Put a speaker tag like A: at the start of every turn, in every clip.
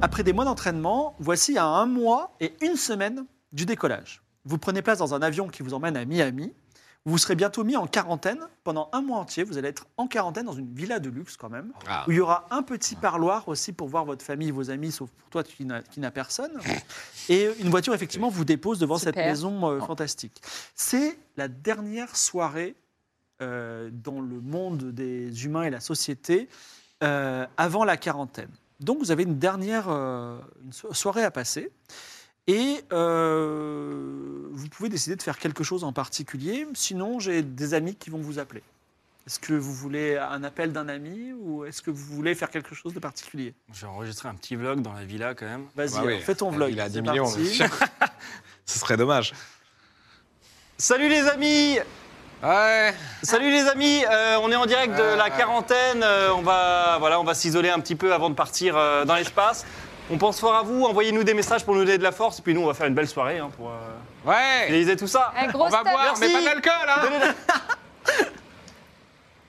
A: Après des mois d'entraînement, voici à un mois et une semaine du décollage. Vous prenez place dans un avion qui vous emmène à Miami. Vous serez bientôt mis en quarantaine. Pendant un mois entier, vous allez être en quarantaine dans une villa de luxe quand même,
B: Ah.
A: où il y aura un petit parloir aussi pour voir votre famille, vos amis, sauf pour toi qui n'as qui n'as personne. Et une voiture, effectivement, vous dépose devant cette
C: Super.
A: maison euh, fantastique. C'est la dernière soirée euh, dans le monde des humains et la société euh, avant la quarantaine. Donc vous avez une dernière euh, une so- soirée à passer et euh, vous pouvez décider de faire quelque chose en particulier. Sinon, j'ai des amis qui vont vous appeler. Est-ce que vous voulez un appel d'un ami ou est-ce que vous voulez faire quelque chose de particulier
D: J'ai enregistré un petit vlog dans la villa quand même.
A: Vas-y,
B: Bah oui,
A: fais ton
B: la
A: vlog.
B: villa à 10
A: C'est
B: millions,
A: parti.
B: bien sûr. Ce serait dommage.
D: Salut les amis
B: Ouais.
D: Salut les amis Euh, On est en direct de la quarantaine. Euh, on va voilà, on va s'isoler un petit peu avant de partir euh, dans l'espace. On pense fort à vous. Envoyez-nous des messages pour nous donner de la force. Et puis nous, on va faire une belle soirée hein, pour euh,
B: Ouais.
D: réaliser tout ça.
C: Un gros
B: On va
C: stop.
B: boire, mais pas
D: Merci.
B: d'alcool, hein.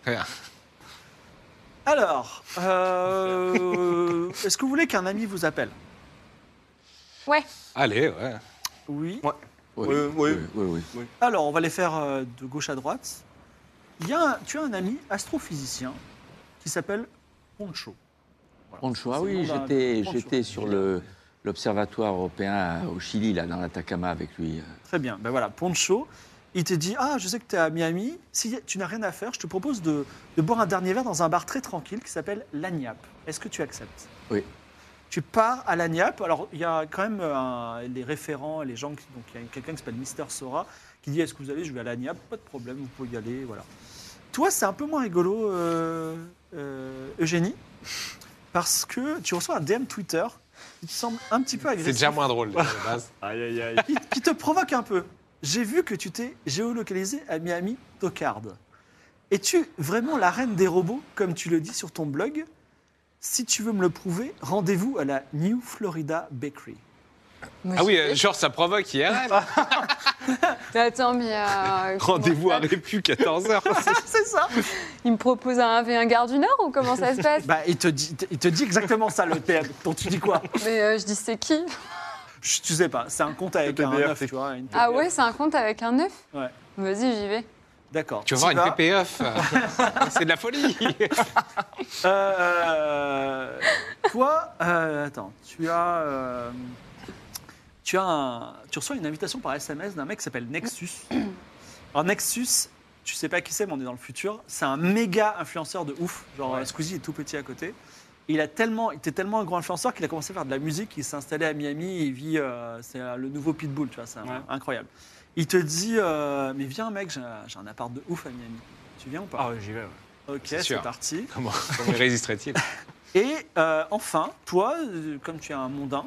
B: Très bien.
A: Alors, euh, est-ce que vous voulez qu'un ami vous appelle
C: Ouais.
B: Allez, ouais.
A: Oui.
D: Oui, oui.
E: oui, oui.
A: Alors, on va les faire euh, de gauche à droite. Il y a un- tu as un ami astrophysicien qui s'appelle Poncho. Voilà.
E: Poncho, ah
A: C'est le
E: oui,
A: nom d'un-
E: j'étais,
A: Poncho.
E: j'étais sur le, l'observatoire européen au Chili, là, dans l'Atacama, avec lui.
A: Très bien. Ben voilà, Poncho. Il te dit Ah, je sais que tu es à Miami. Si tu n'as rien à faire, je te propose de, de boire un dernier verre dans un bar très tranquille qui s'appelle l'Agnap. Est-ce que tu acceptes
E: Oui.
A: Tu pars à l'Agnap. Alors, il y a quand même un- les référents, les gens. qui- donc, il y a quelqu'un qui s'appelle Mister Sora qui dit Est-ce que vous allez Je vais à l'Agnap. Pas de problème, vous pouvez y aller. Voilà. Toi, c'est un peu moins rigolo, euh, euh, Eugénie, parce que tu reçois un DM Twitter qui te semble un petit peu
B: C'est
A: agressif
B: déjà moins drôle, déjà, à la base.
D: Aïe, aïe, aïe.
A: qui, qui te provoque un peu. J'ai vu que tu t'es géolocalisé à Miami Tocard. Es-tu vraiment la reine des robots, comme tu le dis sur ton blog Si tu veux me le prouver, rendez-vous à la New Florida Bakery.
B: Ah oui, euh, genre, ça provoque hier.
A: Ah,
C: Mais Bah, Attends, mais. euh,
B: Rendez-vous
C: comment
B: à
C: ça-
B: Répu, 14h.
A: C'est ça
C: Il me propose un 1v1 Gare du Nord ou comment ça se passe
A: bah, il, te dit, il te dit exactement ça, le PM. Donc tu dis quoi
C: Mais euh, je dis c'est qui
A: Je- Tu sais pas, c'est un compte avec
D: Le
A: un
D: TBR,
A: 9,
D: c'est-
A: tu vois. une
C: Ah
A: TBR.
C: ouais, c'est un compte avec un œuf
A: Ouais.
C: Vas-y, j'y vais.
A: D'accord.
B: Tu vas voir
A: T'y
B: une
A: vas.
B: PPF. C'est de la folie.
A: Euh, toi, euh, attends, tu as, euh, tu as, un- tu reçois une invitation par SMS d'un mec qui s'appelle Nexus. Alors Nexus, tu sais pas qui c'est, mais on est dans le futur. C'est un méga influenceur de ouf. Genre euh, Squeezie est tout petit à côté. Et Il a tellement, il était tellement un grand influenceur qu'il a commencé à faire de la musique. Il s'est installé à Miami. Il vit, euh, c'est euh, le nouveau Pitbull, tu vois, c'est un-
D: Ouais.
A: incroyable. Il te dit, euh, mais viens mec, j'ai un, j'ai un appart de ouf à Miami. Tu viens ou pas
D: Ah ouais, j'y vais. ouais.
A: Ok,
B: c'est
A: c'est
B: sûr.
A: parti.
B: Comment, comment y résisterait-il
A: Et euh, enfin, toi, euh, comme tu es un mondain,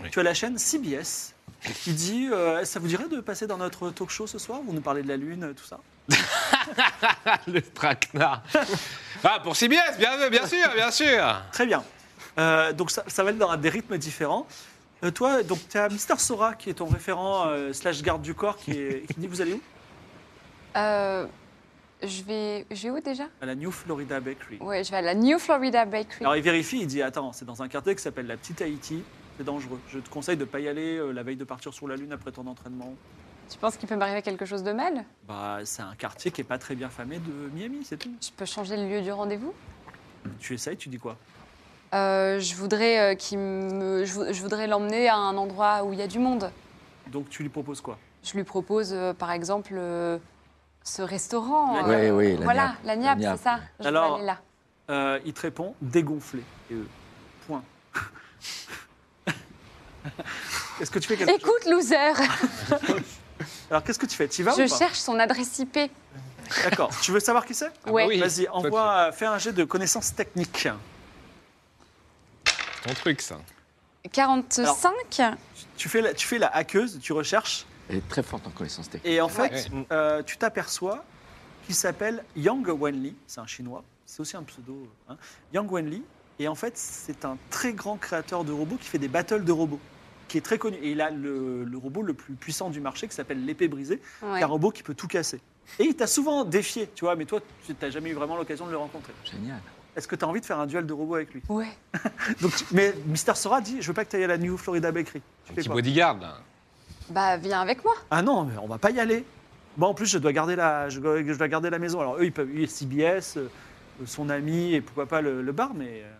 B: Oui.
A: tu as la chaîne CBS qui dit euh, Ça vous dirait de passer dans notre talk show ce soir Vous nous parlez de la Lune, tout ça
B: Le traquenard. Ah, pour CBS, bien, bien sûr, bien sûr.
A: Très bien. Euh, donc ça, ça va être dans des rythmes différents. Euh, toi, donc tu as Mister Sora qui est ton référent euh, slash garde du corps qui, est- qui dit Vous allez où
C: Euh, je vais. Je vais où déjà
A: À la New Florida Bakery.
C: Ouais, je vais à la New Florida Bakery.
A: Alors il vérifie, il dit Attends, c'est dans un quartier qui s'appelle la Petite Haïti. C'est dangereux. Je te conseille de ne pas y aller euh, la veille de partir sur la Lune après ton entraînement.
C: Tu penses qu'il peut m'arriver quelque chose de mal
A: Bah, c'est un quartier qui est pas très bien famé de Miami, c'est tout.
C: Je peux changer le lieu du rendez-vous
A: Tu essayes, tu dis quoi
C: Euh, Je voudrais euh, qu'il me. Je, vou- je voudrais l'emmener à un endroit où il y a du monde.
A: Donc tu lui proposes quoi
C: Je lui propose, euh, par exemple, euh, ce restaurant.
A: La
C: euh,
E: Oui, oui, la
C: voilà,
E: Niappe.
C: la Niappe,
E: La Niappe,
C: c'est ça.
E: ouais.
C: Je
A: Alors-
C: vais aller là.
A: Euh, Il te répond dégonflé. Et eux, point. Est-ce que tu fais quelque chose
C: Écoute, loser
A: Alors qu'est-ce que tu fais Tu y vas
C: Je
A: ou pas
C: cherche son adresse IP.
A: D'accord. Tu veux savoir qui c'est
B: Ah bah
C: Ouais.
B: oui.
A: Vas-y,
B: Toi, tu-
A: envoie, fais un jet de connaissances techniques.
B: Ton truc, ça.
C: 45
A: Tu fais, la, tu fais la hackeuse, tu recherches,
E: Elle est très forte en connaissance technique.
A: et en
B: Ouais.
A: fait, euh, tu t'aperçois qu'il s'appelle Yang Wenli, c'est un chinois, c'est aussi un pseudo. hein. Yang Wenli, et en fait, c'est un très grand créateur de robots qui fait des battles de robots, qui est très connu. Et il a le, le robot le plus puissant du marché qui s'appelle l'épée brisée, qui
C: Ouais.
A: est un robot qui peut tout casser. Et il t'a souvent défié, tu vois, mais toi, tu n'as jamais eu vraiment l'occasion de le rencontrer.
E: Génial.
A: Est-ce que tu as envie de faire un duel de robots avec lui
C: Ouais.
A: Donc, tu- Mais Mister Sora dit Je veux pas que tu ailles à la New Florida Bakery. Tu
B: Un
A: fais
B: petit
A: quoi
B: bodyguard, Ah, là.
C: Bah, viens avec moi.
A: Ah non, mais on va pas y aller. Moi, en plus, je dois garder la, je dois, je dois garder la maison. Alors, eux, ils peuvent ils CBS, euh, son ami et pourquoi pas le, le bar, mais. euh,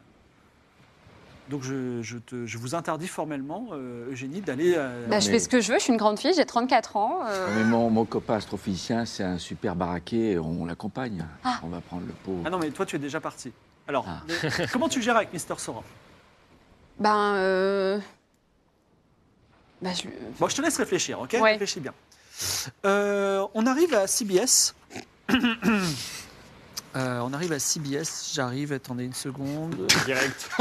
A: Donc, je, je te- je vous interdis formellement, euh, Eugénie, d'aller. euh,
C: Bah, je
E: mais-
C: fais ce que je veux, je suis une grande fille, j'ai 34 ans.
D: Ah.
A: Ah,
C: euh,
E: Mais mon, mon copain astrophysicien, c'est un super baraquet, on l'accompagne. On va prendre le pot.
A: Ah non, mais toi, tu es déjà parti. Alors,
E: Ah.
A: mais comment tu gères avec Mister Sora
C: Ben. Euh... Bah, je...
A: Bon, je te laisse réfléchir, ok
C: Ouais.
A: Réfléchis bien. Euh, on arrive à CBS. Euh, on arrive à CBS. J'arrive, attendez une seconde.
D: Direct.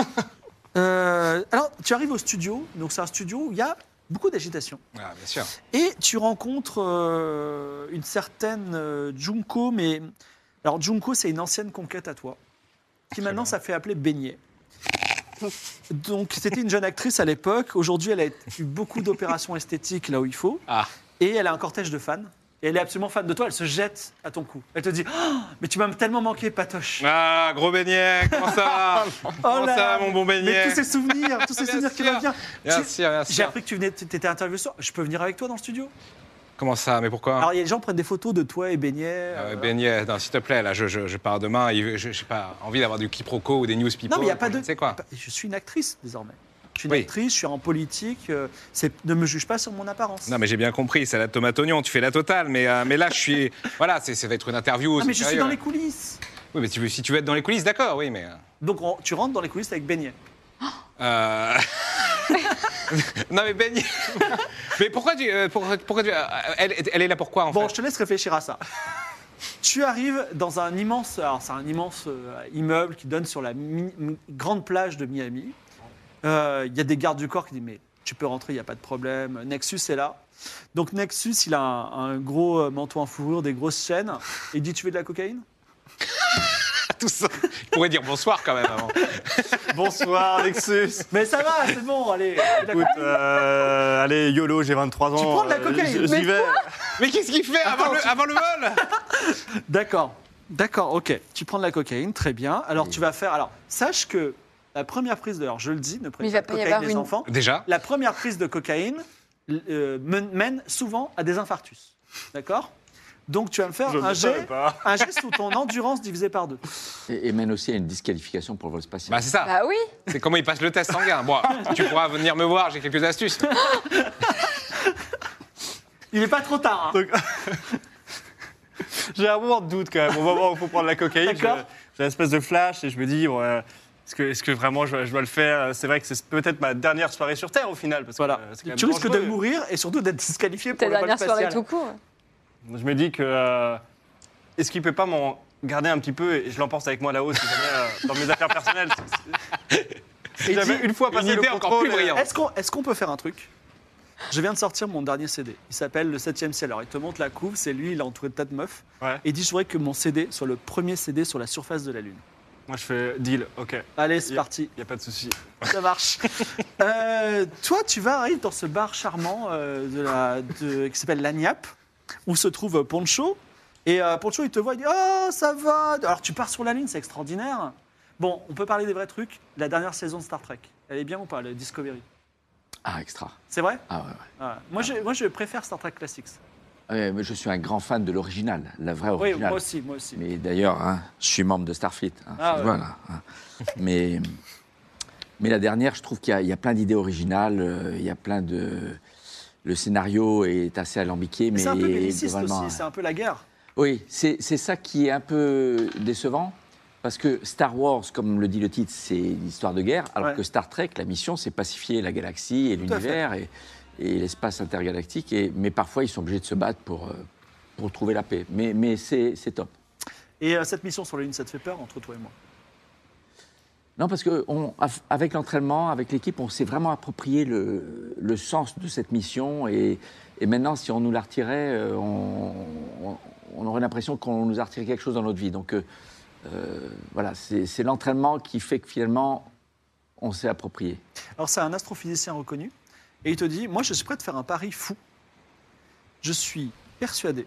A: Euh, alors, tu arrives au studio. Donc, c'est un studio où il y a beaucoup d'agitation.
B: Ah, bien sûr.
A: Et tu rencontres euh, une certaine euh, Junko, mais. Alors, Junko, c'est une ancienne conquête à toi, qui maintenant ça fait appeler Beignet. Donc, c'était une jeune actrice à l'époque. Aujourd'hui, elle a eu beaucoup d'opérations esthétiques là où il faut.
B: Ah.
A: Et elle a un cortège de fans. Et elle est absolument fan de toi, elle se jette à ton cou. Elle te dit Ah, Mais tu m'as tellement manqué, Patoche
B: Ah, gros beignet, comment ça va Comment
A: Oh là
B: ça
A: là,
B: va, mon bon beignet
A: Mais tous ces souvenirs, tous ces
B: Bien
A: souvenirs qui
B: sûr.
A: reviennent. Tu-
B: Merci, merci.
A: J'ai appris que tu venais, tu étais interviewé ce soir. Je peux venir avec toi dans le studio
B: Comment ça Mais pourquoi
A: Alors, il y a des gens qui prennent des photos de toi et Beignet.
B: Hein. Ah ouais,
A: euh,
B: Beignet, non, s'il te plaît, là, je, je- je pars demain. et Je n'ai pas envie d'avoir du quiproquo ou des news people.
A: Non, mais il n'y a pas de. Bah,
B: Tu sais quoi
A: Je suis une actrice désormais. Je suis une
B: Oui.
A: actrice, je suis en politique. euh, c'est- ne me juge pas sur mon apparence.
B: Non, mais j'ai bien compris, c'est la tomate oignon, tu fais la totale. Mais, euh, mais là, je suis. Voilà, c'est- ça va être une interview.
A: Ah,
B: c'est
A: mais je suis
B: sérieux. hein.
A: dans les coulisses.
B: Oui, mais tu veux- si tu veux être dans les coulisses, d'accord, oui, mais. euh,
A: Donc on- tu rentres dans les coulisses avec Beignet.
B: Euh... non mais Ben, mais pourquoi tu, euh, pourquoi, pourquoi tu- euh, elle, elle est là pourquoi en
A: Bon, je te
B: fait
A: laisse réfléchir à ça. tu arrives dans un immense, alors c'est un immense euh, immeuble qui donne sur la mi- mi- grande plage de Miami. Euh, Il y a des gardes du corps qui disent mais tu peux rentrer, il n'y a pas de problème. Nexus est là. Donc Nexus, il a un, un gros euh, manteau en fourrure, des grosses chaînes. Et il dit tu veux de la cocaïne
B: tout ça. Je pourrais dire bonsoir quand même avant.
D: Bonsoir, Nexus.
A: Mais ça va, c'est bon, allez. il a
D: Écoute, euh, allez, YOLO, j'ai 23 ans.
A: Tu prends de la
D: euh,
A: cocaïne,
D: j-
A: mais
D: J'y vais.
B: Mais qu'est-ce qu'il fait avant, le, avant le vol
A: D'accord, d'accord, ok. Tu prends de la cocaïne, très bien. Alors tu vas faire. Alors sache que la première prise de. Alors je le dis, ne
C: Mais
A: prenez
C: il
A: pas
C: va
A: de
C: pas y
A: cocaïne
C: avoir
A: les
C: une-
A: enfants.
B: Déjà.
A: La première prise de cocaïne euh, men- mène souvent à des infarctus. D'accord Donc tu vas me faire
D: Je
A: un
D: ne savais
A: jet,
D: pas.
A: un jet sous ton endurance divisé par deux.
E: Et, et mène aussi à une disqualification pour le vol spatial.
B: Bah c'est
A: Ah.
B: ça.
C: Bah oui.
B: C'est comment il passe le test sanguin. Bon, tu pourras venir me voir, j'ai quelques astuces.
A: Il n'est pas trop tard. hein.
D: Donc, J'ai un moment de doute quand même. Au moment où il faut prendre la cocaïne,
A: D'accord.
D: je- j'ai une espèce de flash et je me dis, bon, euh, est-ce que, est-ce que vraiment je, je dois le faire C'est vrai que c'est peut-être ma dernière soirée sur Terre au final. Parce que,
A: Voilà.
D: euh, c'est quand même
A: tu risques de
D: dangereux.
A: mourir et surtout d'être disqualifié pour
C: Ta
A: le vol
C: dernière soirée
A: spatial.
C: tout court.
D: Je me dis que. euh, est-ce qu'il peut pas m'en garder un petit peu et je l'emporte avec moi là-haut si jamais, euh, dans mes affaires personnelles
A: Et
D: Si jamais
A: dis-
D: une fois
B: une
D: passé le
B: idée encore
D: contrôle, euh,
B: plus brillante.
A: Est-ce qu'on est-ce qu'on peut faire un truc Je viens de sortir mon dernier CD. Il s'appelle Le 7ème ciel. Alors, il te montre la couve, c'est lui, il est entouré de tas de meufs.
D: Ouais.
A: Et il dit Je voudrais que mon CD soit le premier CD sur la surface de la Lune.
D: Moi je fais deal, ok,
A: Allez, c'est
D: Yeah.
A: parti,
D: y a pas de souci.
A: ça marche. Euh, toi, tu vas arriver dans ce bar charmant euh, de la, de- qui s'appelle l'Agnap, où se trouve euh, Poncho. Et euh, Poncho, il te voit, il dit Oh, ça va Alors, tu pars sur la Lune, c'est extraordinaire. Bon, on peut parler des vrais trucs. La dernière saison de Star Trek, elle est bien ou pas, le Discovery
E: Ah, extra.
A: C'est vrai
E: Ah ouais, ouais.
A: Ah, Moi, je, moi, je préfère Star Trek Classics.
E: Ouais, mais je suis un grand fan de l'original, la vraie
A: Oui,
E: originale.
A: moi aussi, moi aussi.
E: Mais d'ailleurs, hein, je suis membre de Starfleet. hein,
A: Ah
E: ça se
A: ouais.
E: voit, là, hein. Mais, mais la dernière, je trouve qu'il y, a- il y a plein d'idées originales, euh, il y a plein de... Le scénario est assez alambiqué, mais...
A: c'est un peu belliciste
E: globalement,
A: aussi, c'est un peu la guerre.
E: Oui, c'est c'est ça qui est un peu décevant, parce que Star Wars, comme le dit le titre, c'est une histoire de guerre, alors
A: Ouais.
E: que Star Trek, la mission, c'est pacifier la galaxie et
A: Tout à fait.
E: l'univers, et, et l'espace intergalactique. Et, mais parfois, ils sont obligés de se battre pour, euh, pour trouver la paix. Mais, mais c'est c'est top.
A: Et euh, cette mission sur la Lune, ça te fait peur entre toi et moi
E: Non, parce que on, af- avec l'entraînement, avec l'équipe, on s'est vraiment approprié le, le sens de cette mission. Et, et maintenant, si on nous la retirait, euh, on, on- on aurait l'impression qu'on nous a retiré quelque chose dans notre vie. Donc euh, euh, voilà, c'est c'est l'entraînement qui fait que finalement, on s'est approprié.
A: Alors, c'est un astrophysicien reconnu. Et il te dit Moi, je suis prêt de faire un pari fou. Je suis persuadé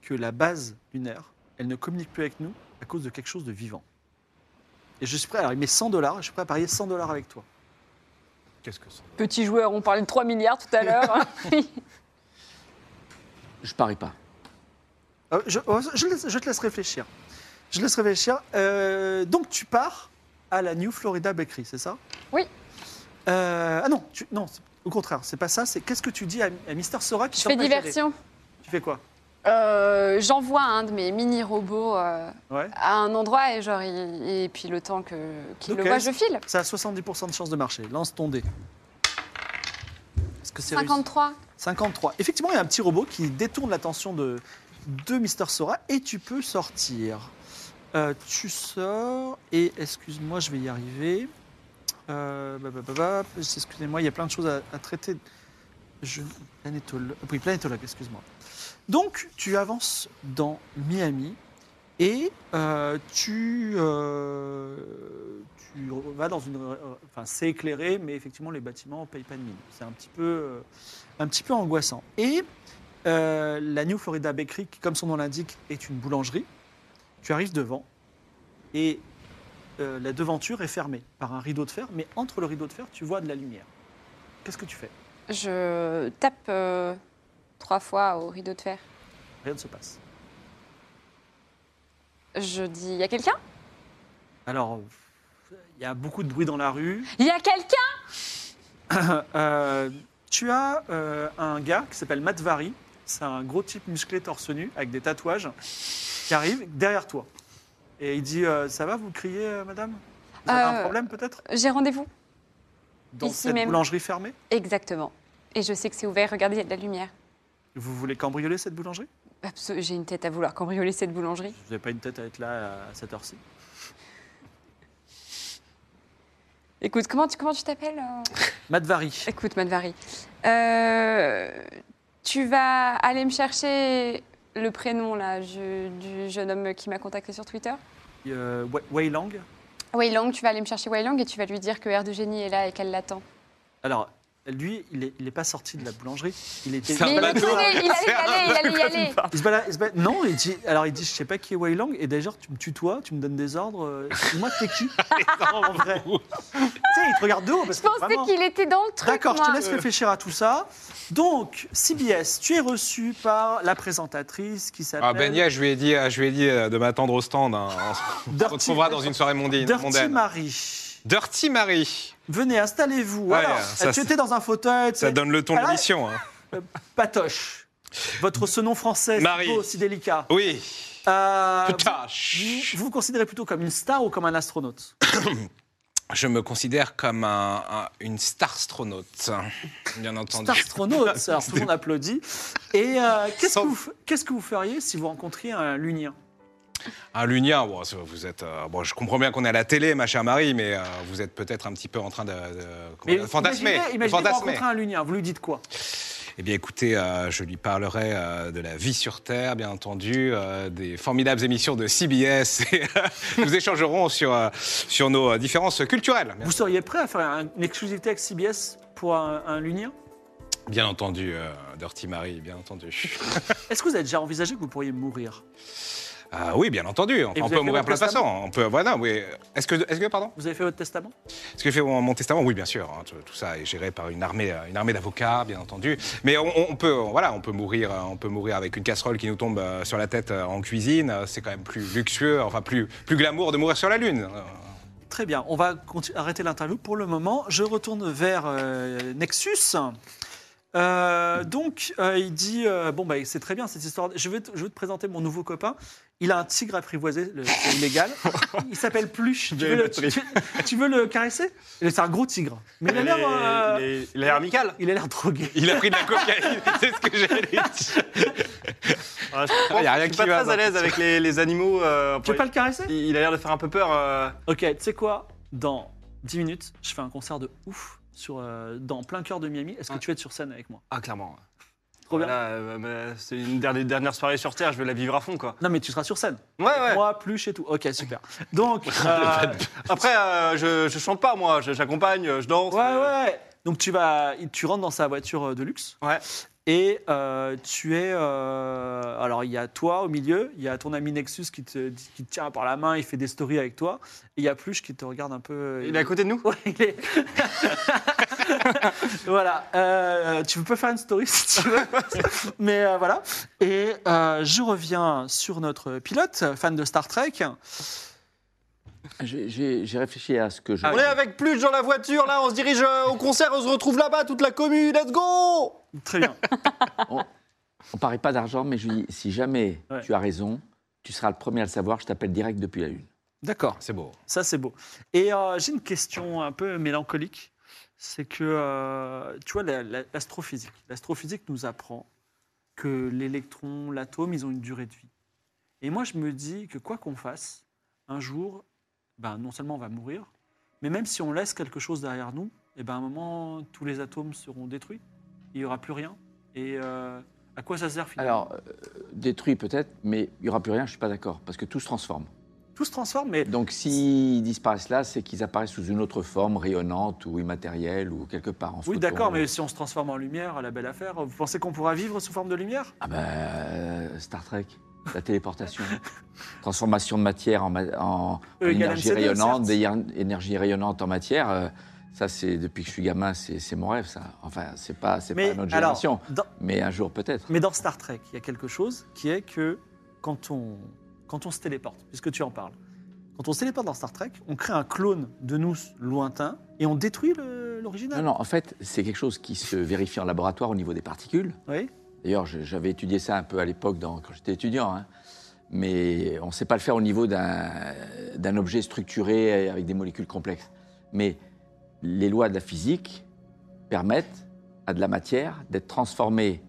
A: que la base lunaire, elle ne communique plus avec nous à cause de quelque chose de vivant. Et je suis prêt, alors il met 100 dollars, je suis prêt à parier 100 dollars avec toi.
B: Qu'est-ce que c'est
C: Petit joueur, on parlait de 3 milliards tout à l'heure.
E: Je parie pas.
A: Euh, je, oh, je laisse- je te laisse réfléchir. Je te laisse réfléchir. Euh, donc, tu pars à la New Florida Bakery, c'est ça
C: Oui.
A: Euh, ah non, tu- non c'est- au contraire, c'est pas ça. C'est qu'est-ce que tu dis à, à Mister Sora qui
C: Je fais
A: t'empêche d'aller
C: diversion.
A: Tu fais quoi
C: Euh, J'envoie un de mes mini-robots euh,
A: Ouais.
C: à un endroit et, genre, il- et puis le temps que- qu'il
A: Ok.
C: le voit, je file.
A: Ça a 70% de chance de marcher. Lance ton dé. Est-ce que c'est réussi
C: 53.
A: 53. Effectivement, il y a un petit robot qui détourne l'attention de, de Mister Sora et tu peux sortir. Euh, tu sors et excuse-moi, je vais y arriver. Euh, bah, bah, bah, bah, excusez-moi, il y a plein de choses à, à traiter. Je, planétologue, oui, planétologue, excuse-moi. Donc, tu avances dans Miami et euh, tu, euh, tu vas dans une. Enfin, c'est éclairé, mais effectivement, les bâtiments payent pas de mine. C'est un petit peu. euh, un petit peu angoissant. Et euh, la New Florida Bakery, qui, comme son nom l'indique, est une boulangerie, tu arrives devant et euh, la devanture est fermée par un rideau de fer, mais entre le rideau de fer, tu vois de la lumière. Qu'est-ce que tu fais
C: Je tape euh, trois fois au rideau de fer.
A: Rien ne se passe.
C: Je dis, il y a quelqu'un
A: Alors, il y a beaucoup de bruit dans la rue.
C: Il y a quelqu'un
A: Euh, tu as euh, un gars qui s'appelle Matt Vary. C'est un gros type musclé torse nu avec des tatouages qui arrive derrière toi. Et il dit euh, Ça va, vous criez, euh, madame Vous avez un
C: Euh,
A: problème peut-être
C: J'ai rendez-vous.
A: Dans
C: ici
A: cette
C: même.
A: boulangerie fermée
C: Exactement. Et je sais que c'est ouvert. Regardez, il y a de la lumière.
A: Vous voulez cambrioler cette boulangerie
C: Absol- J'ai une tête à vouloir cambrioler cette boulangerie.
A: Vous n'avez pas une tête à être là à cette heure-ci.
C: Écoute, comment tu comment tu t'appelles euh
A: Madvari,
C: Écoute, Madvari. Euh, tu vas aller me chercher le prénom là, je- du jeune homme qui m'a contacté sur Twitter.
A: euh, Wei- Wei Lang.
C: Wei Lang, tu vas aller me chercher Wei Lang et tu vas lui dire que Air de Génie est là et qu'elle l'attend.
A: Alors, lui, il n'est pas sorti de la boulangerie. Il était.
B: C'est un
C: Mais il est
B: bateau.
C: privé, il allait y aller, il allait y aller.
A: Il se balade- il se balade- Non, il dit. Alors, il dit, je sais pas qui est Wei Lang. Et d'ailleurs, tu me tutoies, tu me donnes des ordres. euh, Moi, t'es qui En vrai. tu sais, il te regarde de haut parce
C: Je
A: que
C: pensais
A: vraiment-
C: qu'il était dans le truc.
A: D'accord, je te
C: moi.
A: laisse réfléchir à tout ça. Donc, CBS, tu es reçu par la présentatrice qui s'appelle
B: Ah, Ben Yeh, je lui ai dit, euh, je lui ai dit euh, de m'attendre au stand. hein. On se
A: Dirty-
B: retrouvera dans une soirée mondaine.
A: Dirty
B: mondaine.
A: Marie.
B: Dirty Marie.
A: Venez, installez-vous.
B: Ouais,
A: Voilà.
B: ça,
A: tu
B: c'est-
A: étais dans un fauteuil. tu
B: Ça
A: sais.
B: donne le ton
A: Ah
B: de
A: ouais.
B: l'émission. hein.
A: Patoche. Votre ce nom français, c'est
B: Marie. Oh.
A: beau, si délicat.
B: Oui.
A: Euh, vous,
B: Tâche.
A: vous vous considérez plutôt comme une star ou comme un astronaute
B: Je me considère comme un, un- une star astronaute, bien entendu.
A: Star astronaute, alors tout le monde applaudit. Et euh, qu'est-ce,
B: Sans-
A: que vous, f- qu'est-ce que vous feriez si vous rencontriez un lunien
B: Un Ah, lunia, bon, ça, vous êtes. euh, bon, je comprends bien qu'on est à la télé, ma chère Marie, mais euh, vous êtes peut-être un petit peu en train de, de- comment dire, fantasmer.
A: Imaginez,
B: de
A: imaginez que vous
B: fantasmer.
A: rencontrez un lunien, vous lui dites quoi
B: Eh bien, écoutez, euh, je lui parlerai euh, de la vie sur Terre, bien entendu, euh, des formidables émissions de CBS. Et, euh, nous échangerons sur, euh, sur nos euh, différences culturelles. Bien,
A: Vous seriez prêt à faire un- une exclusivité avec CBS pour un, un lunien
B: bien entendu, euh, Dirty Marie, bien entendu.
A: Est-ce que vous avez déjà envisagé que vous pourriez mourir
B: Ah oui, bien entendu. Enfin,
A: Et vous
B: on
A: avez
B: peut
A: fait
B: mourir plein de
A: votre
B: façons. On peut, voilà, oui. Est-ce que, est-ce que, pardon,
A: Vous avez fait votre testament
B: est-ce que je fais mon mon testament Oui, bien sûr. hein, tout, tout ça est géré par une armée, euh, une armée d'avocats, bien entendu. Mais on, on- on peut, euh, voilà, on peut mourir, euh, on peut mourir avec une casserole qui nous tombe euh, sur la tête euh, en cuisine. Euh, C'est quand même plus luxueux, enfin plus, plus glamour de mourir sur la lune. Euh,
A: Très bien, on va conti- arrêter l'interview pour le moment. Je retourne vers euh, Nexus. Euh, donc, euh, il dit euh, Bon, bah, c'est très bien cette histoire. Je vais, te, je vais te présenter mon nouveau copain. Il a un tigre apprivoisé, le- c'est illégal. Il s'appelle Pluche. Tu veux, le, tu, tu veux le caresser C'est un gros tigre. Mais il a
D: Il
A: l'air.
D: est-
A: euh,
D: il est- il a l'air amical.
A: Il a l'air drogué.
B: Il a pris de la cocaïne, c'est ce que j'allais dire.
D: Ah, je
B: Il y a rien
D: suis pas
B: qui va,
D: très à
B: non.
D: l'aise avec les, les animaux. euh,
A: Tu veux pas le caresser
D: il, il a l'air de faire un peu peur. euh.
A: Ok, tu sais quoi Dans 10 minutes, je fais un concert de ouf sur, euh, dans plein cœur de Miami. Est-ce que
D: Ah.
A: tu vas être sur scène avec moi
D: Ah, clairement.
A: Trop bien.
D: Là, euh, bah, c'est une dernière, dernière soirée sur Terre, je vais la vivre à fond, quoi.
A: Non, mais tu seras sur scène.
D: Ouais, Ah ouais.
A: Moi, Pluche et tout. Ok, super. Donc, euh,
D: Après, euh, je, je chante pas, moi. Je- J'accompagne, euh, je danse.
A: Ouais,
D: euh,
A: ouais. Donc tu vas, tu rentres dans sa voiture euh, de luxe.
D: Ouais.
A: Et euh, tu es, euh, alors il y a toi au milieu, il y a ton ami Nexus qui te, qui te tient par la main, il fait des stories avec toi. Et il y a Pluche qui te regarde un peu. euh,
D: Il est à côté de nous
A: Ouais, il est- voilà. Euh, tu peux faire une story si tu veux. Mais euh, voilà. Et euh, je reviens sur notre pilote, fan de Star Trek.
E: J'ai- J'ai j'ai réfléchi à ce que je.
D: On est avec plus dans la voiture, là, on se dirige euh, au concert, on se retrouve là-bas, toute la commune, let's go
A: Très bien.
E: On ne parlait pas d'argent, mais je lui dis si jamais
A: Ouais.
E: tu as raison, tu seras le premier à le savoir, je t'appelle direct depuis la une.
A: D'accord.
B: C'est beau.
A: Ça, c'est beau. Et euh, j'ai une question un peu mélancolique. C'est que, euh, tu vois, la- la- l'astrophysique. l'astrophysique nous apprend que l'électron, l'atome, ils ont une durée de vie. Et moi, je me dis que quoi qu'on fasse, un jour, ben, non seulement on va mourir, mais même si on laisse quelque chose derrière nous, et ben, à un moment, tous les atomes seront détruits. Il n'y aura plus rien. Et euh, à quoi ça sert finalement
E: Alors, euh, détruit peut-être, mais il n'y aura plus rien, je ne suis pas d'accord, parce que tout se transforme.
A: Tout se transforme, mais
E: Donc s'ils disparaissent là, c'est qu'ils apparaissent sous une autre forme rayonnante ou immatérielle ou quelque part en
A: oui,
E: photo.
A: d'accord, mais si on se transforme en lumière, la belle affaire, vous pensez qu'on pourra vivre sous forme de lumière
E: Ah ben, euh, Star Trek, la téléportation, transformation de matière en, ma- en- en
A: E égale
E: énergie
A: MC2,
E: rayonnante,
A: certes.
E: d'éner- énergie rayonnante en matière. euh, ça, c'est depuis que je suis gamin, c'est c'est mon rêve, ça. Enfin, c'est pas, c'est pas notre
A: alors,
E: génération,
A: dans,
E: mais un jour peut-être.
A: mais dans Star Trek, il y a quelque chose qui est que quand on, quand on se téléporte, puisque tu en parles, quand on se téléporte dans Star Trek, on crée un clone de nous lointain et on détruit le-
E: Non,
A: l'original.
E: non, en fait, c'est quelque chose qui se vérifie en laboratoire au niveau des particules.
A: Oui.
E: D'ailleurs, je- j'avais étudié ça un peu à l'époque dans- quand j'étais étudiant. hein. Mais on ne sait pas le faire au niveau d'un d'un objet structuré avec des molécules complexes. Mais les lois de la physique permettent à de la matière d'être transformée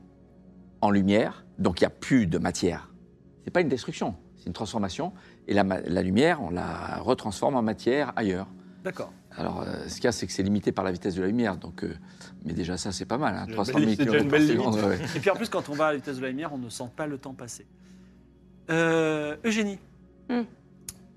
E: en lumière. Donc il n'y a plus de matière. Ce n'est pas une destruction, c'est une transformation. Et la, ma- la lumière, on la retransforme en matière ailleurs.
A: D'accord.
E: Alors, euh, ce qu'il y a, c'est que c'est limité par la vitesse de la lumière. Donc, euh, mais déjà, ça, c'est pas mal. Hein,
D: Une
E: 300
D: belle-
E: 000
D: c'est déjà une
E: km
D: belle
E: par seconde.
D: limite.
E: ouais.
A: Et puis en plus, quand on va à la vitesse de la lumière, on ne sent pas le temps passer. Euh, Eugénie.
C: Hmm.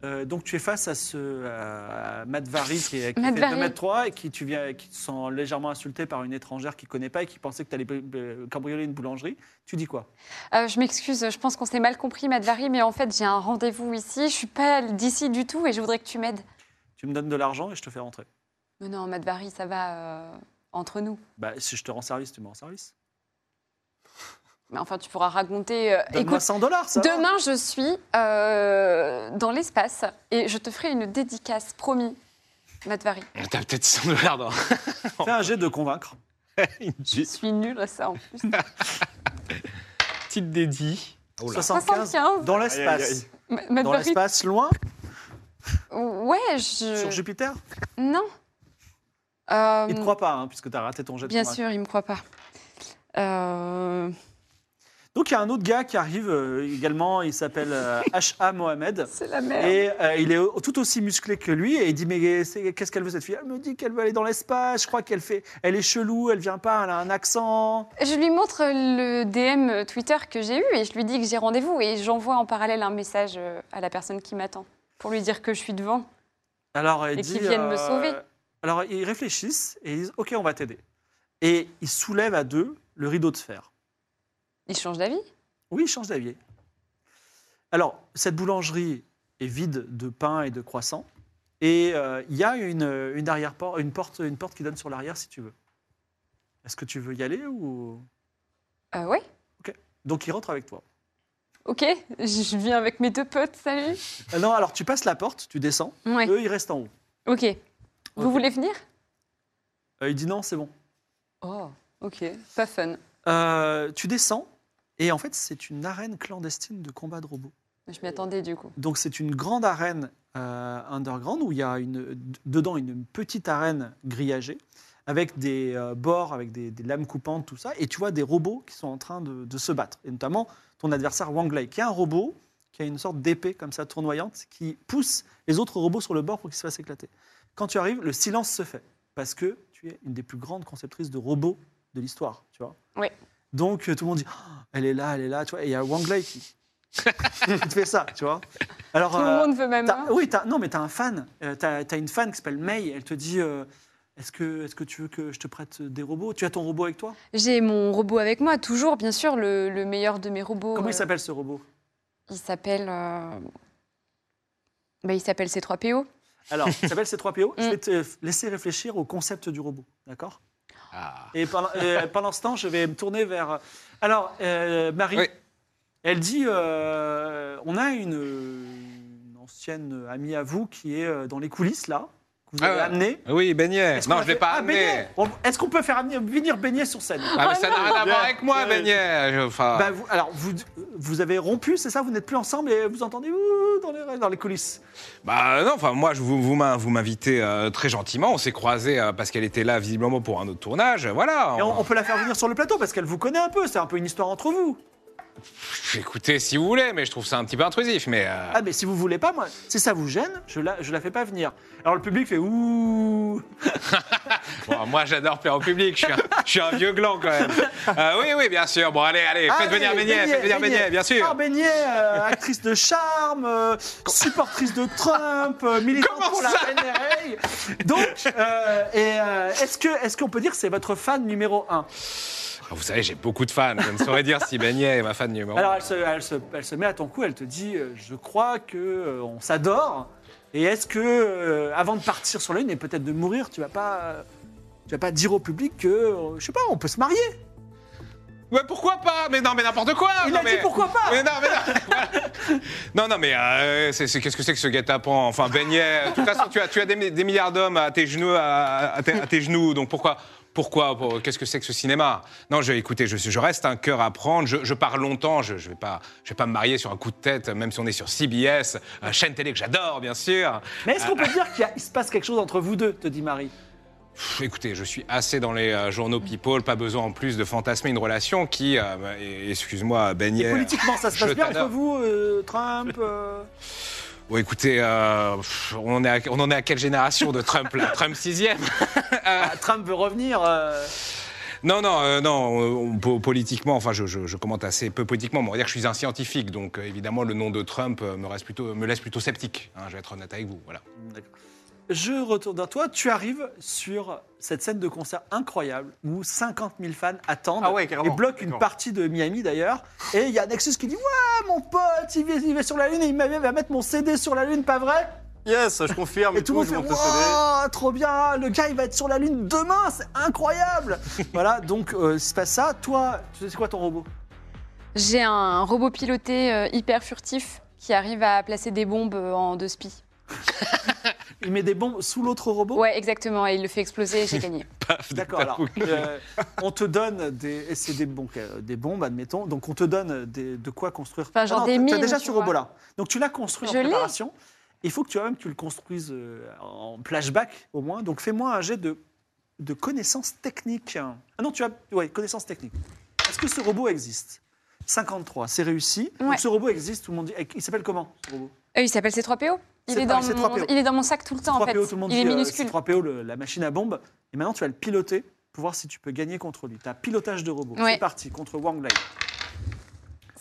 A: Euh, donc tu es face à ce à Matt Vary qui, est, qui
C: Matt
A: fait
C: Vary.
A: 2m3 et qui tu viens qui te sent légèrement insulté par une étrangère qui connaît pas et qui pensait que tu allais cambrioler une boulangerie. Tu dis quoi
C: Euh, je m'excuse, je pense qu'on s'est mal compris, Madvari, mais en fait, j'ai un rendez-vous ici. Je suis pas d'ici du tout et je voudrais que tu m'aides.
A: Tu me donnes de l'argent et je te fais rentrer.
C: Mais non, Madvari, ça va euh, entre nous.
A: Bah, si je te rends service, tu me rends service.
C: Mais enfin, tu pourras raconter. euh,
A: Donne-moi 100 dollars, ça va
C: Demain, je suis euh, dans l'espace et je te ferai une dédicace, promis, Matvari.
B: T'as peut-être 100 dollars dans
A: Fais un jet de convaincre.
B: une
C: Je suis nulle à ça hein. en plus.
B: petite dédie. Oh là.
A: 75,
C: 75.
A: dans
D: Aïe, aïe,
A: l'espace.
C: Ma-
A: Dans
C: Matvari,
A: l'espace, loin,
C: ouais, je.
A: sur Jupiter
C: Non. Euh,
A: Il ne te croit pas, hein, puisque tu as raté ton jet de
C: bien
A: convaincre.
C: sûr, il me croit pas. Euh,
A: Donc il y a un autre gars qui arrive euh, également, il s'appelle euh, H.A. Mohamed.
C: C'est la merde.
A: Et euh, il est au- tout aussi musclé que lui et il dit mais c'est- qu'est-ce qu'elle veut cette fille Elle me dit qu'elle veut aller dans l'espace. Je crois qu'elle fait, elle est chelou, elle vient pas, elle a un accent.
C: Je lui montre le DM Twitter que j'ai eu et je lui dis que j'ai rendez-vous et j'envoie en parallèle un message euh, à la personne qui m'attend pour lui dire que je suis devant.
A: Alors, elle
C: Et
A: dit, euh,
C: qu'ils viennent me sauver.
A: Alors, ils réfléchissent et ils disent Ok, on va t'aider. Et ils soulèvent à deux le rideau de fer.
C: Il change d'avis
A: Oui, ils changent d'avis. Alors, cette boulangerie est vide de pain et de croissants. Et euh, il y a une, une, arrière-por- une, porte, une porte qui donne sur l'arrière si tu veux. Est-ce que tu veux y aller ou.
C: euh, Oui.
A: Donc, ils rentrent avec toi.
C: Ok, je- je viens avec mes deux potes, salut.
A: Euh, non, alors tu passes la porte, tu descends.
C: Ouais.
A: Eux, ils restent en haut.
C: Ok. Vous
A: Ok.
C: voulez venir
A: Euh, il dit Non, c'est bon.
C: Oh. Ok, pas fun.
A: Euh, tu descends, et en fait, c'est une arène clandestine de combat de robots.
C: Je m'y attendais du coup.
A: Donc c'est une grande arène euh, underground où il y a une, d- dedans une petite arène grillagée avec des euh, bords, avec des, des lames coupantes, tout ça. Et tu vois des robots qui sont en train de, de se battre. Et notamment ton adversaire Wang Lai, qui est un robot qui a une sorte d'épée comme ça tournoyante qui pousse les autres robots sur le bord pour qu'ils se fassent éclater. Quand tu arrives, le silence se fait parce que tu es une des plus grandes conceptrices de robots de l'histoire, tu vois.
C: Oui.
A: Donc euh, tout le monde dit Ah, elle est là, elle est là, tu vois. Et il y a Wang Lai qui, qui te fait ça, tu vois. Alors,
C: Tout
A: euh,
C: le monde veut même
A: T'as-
C: pas.
A: oui, t'as- non, mais tu as un fan. Euh, t'as as une fan qui s'appelle May. Elle te dit euh, Est-ce que, est que tu veux que je te prête des robots Tu as ton robot avec toi
C: J'ai mon robot avec moi, toujours, bien sûr, le, le meilleur de mes robots.
A: Comment il
C: euh,
A: s'appelle ce robot
C: Il s'appelle. euh, bah, il s'appelle C3PO.
A: Alors, il s'appelle C3PO. Je
C: Mm.
A: vais te laisser réfléchir au concept du robot. D'accord
B: Ah.
A: Et pendant, euh, pendant ce temps, je vais me tourner vers. Alors, euh, Marie,
B: Oui.
A: elle dit euh, On a une, une ancienne amie à vous qui est euh, dans les coulisses, là, que vous
B: Ah
A: avez
B: ouais.
A: amenée.
B: Oui, Beignet.
A: Est-ce qu'on
B: Non,
A: la
B: je ne l'ai
A: fait-
B: pas
A: Ah,
B: amené.
A: Beignet On- Est-ce qu'on peut faire amener- venir baigner sur scène
B: Ah, mais ça n'a rien à voir
D: Ouais.
B: avec moi,
D: Ouais.
B: Beignet. Je- enfin,
A: Bah, vous- alors, vous, vous avez rompu, c'est ça Vous n'êtes plus ensemble et vous entendez ouh, dans les, dans les coulisses.
B: Bah non, enfin moi je vous, vous m'in- vous m'invitez euh, très gentiment. On s'est croisés euh, parce qu'elle était là visiblement pour un autre tournage. Voilà.
A: Et
B: On-
A: on, on peut la faire venir sur le plateau parce qu'elle vous connaît un peu, c'est un peu une histoire entre vous.
B: Pff, Écoutez si vous voulez, mais je trouve ça un petit peu intrusif. Mais euh,
A: Ah, mais si vous voulez pas, moi, si ça vous gêne, je la, je la fais pas venir. Alors le public fait ouh.
B: bon, moi j'adore plaire au public. Je suis un, je suis un vieux gland quand même. Euh, oui, oui, bien sûr. Bon, allez, allez, faites
A: Allez,
B: venir Beignet, faites venir Beignet, bien sûr.
A: Ah, Beignet, euh, actrice de charme, euh, supportrice de Trump, euh, militante
B: Comment
A: pour la
B: ça
A: NRA. Donc, euh, et, euh, est-ce que- est-ce qu'on peut dire que c'est votre fan numéro un
B: Ah, Vous savez, j'ai beaucoup de fans. Je ne saurais dire si Beignet est ma fan numéro. un.
A: Alors elle se, elle, se, elle se met à ton cou, elle te dit euh, Je crois que euh, on s'adore. Et est-ce que, euh, avant de partir sur la lune et peut-être de mourir, tu vas pas, euh, tu vas pas dire au public que, euh, je sais pas, on peut se marier
B: Ouais, pourquoi pas Mais non, mais n'importe quoi.
A: Il
B: non,
A: a
B: mais...
A: dit pourquoi pas
B: Mais non, mais non. Voilà. non, non, mais euh, c'est- c'est- qu'est-ce que c'est que ce guet-apens Enfin, beignet. De toute façon, tu as, tu as des, des milliards d'hommes à tes genoux, à, à tes, à tes genoux. Donc pourquoi pourquoi pour- Qu'est-ce que c'est que ce cinéma Non, je, écoutez, je, je reste un cœur à prendre. Je, je pars longtemps. Je ne je vais, pas- je vais pas me marier sur un coup de tête, même si on est sur CBS, euh, chaîne télé que j'adore, bien sûr.
A: Mais est-ce qu'on peut dire qu'il y a- il se passe quelque chose entre vous deux te dit Marie.
B: Pff, écoutez, je suis assez dans les euh, journaux People. Pas besoin en plus de fantasmer une relation qui, euh, bah, et- excuse-moi,
A: Et
B: beignet.
A: politiquement, ça se
B: je
A: passe bien entre
B: t'adore.
A: vous, euh, Trump euh,
B: Bon, écoutez, euh, pff, on, est à- on en est à quelle génération de Trump là Trump 6e
A: ah, Trump veut revenir. euh,
B: Non, non, euh, non, on- po- politiquement, enfin, je, je- je commente assez peu politiquement, mais on va dire que je suis un scientifique, donc euh, évidemment, le nom de Trump euh, me, reste plutôt, me laisse plutôt sceptique. hein, je vais être honnête avec vous, voilà.
A: Je retourne vers toi. Tu arrives sur cette scène de concert incroyable où 50 000 fans attendent
D: Ah ouais,
A: et
D: carrément.
A: bloquent une
D: D'accord.
A: partie de Miami d'ailleurs. Et il y a Nexus qui dit Ouais, mon pote, il va, il va sur la Lune et il m'a- il va mettre mon CD sur la Lune, pas vrai
D: Ah, Yes, je confirme.
A: Et tout le monde
D: je
A: fait
D: monte le CD.
A: Wow, trop bien, le gars il va être sur la Lune demain, c'est incroyable Voilà, donc euh, c'est pas ça. Toi, tu sais, c'est quoi ton robot
C: J'ai un robot piloté euh, hyper furtif qui arrive à placer des bombes euh, en deux spies.
A: Il met des bombes sous l'autre robot
C: Ouais, exactement, et il le fait exploser et j'ai gagné.
A: D'accord, alors euh, on te donne des. et C'est des, bon, euh, des bombes, admettons. Donc on te donne des- de quoi construire. Ah
C: Enfin, genre des
A: t'as- T'as
C: mines,
A: déjà
C: tu
A: ce
C: vois.
A: robot-là. Donc tu l'as construit
C: Je
A: en
C: l'ai.
A: préparation. Il faut que tu, même, tu le construises euh, en flashback au moins. Donc fais-moi un jet de, de connaissances techniques. Ah non, tu as. Ouais, connaissances techniques. Est-ce que ce robot existe 53, c'est réussi.
C: Ouais.
A: Donc ce robot existe, tout le monde dit. Il s'appelle comment ce robot
C: Euh, il s'appelle C3PO. Il
A: C'est
C: est,
A: pas-
C: dans
A: c'est
C: mon,
A: 3PO.
C: il est dans mon sac tout le temps, en fait.
A: 3PO, tout le monde
C: il
A: dit
C: est
A: euh,
C: minuscule.
A: c'est 3PO, le- la machine à bombe. Et maintenant, tu vas le piloter pour voir si tu peux gagner contre lui. Tu as pilotage de robot.
C: Ouais.
A: C'est parti, contre Wang Lai.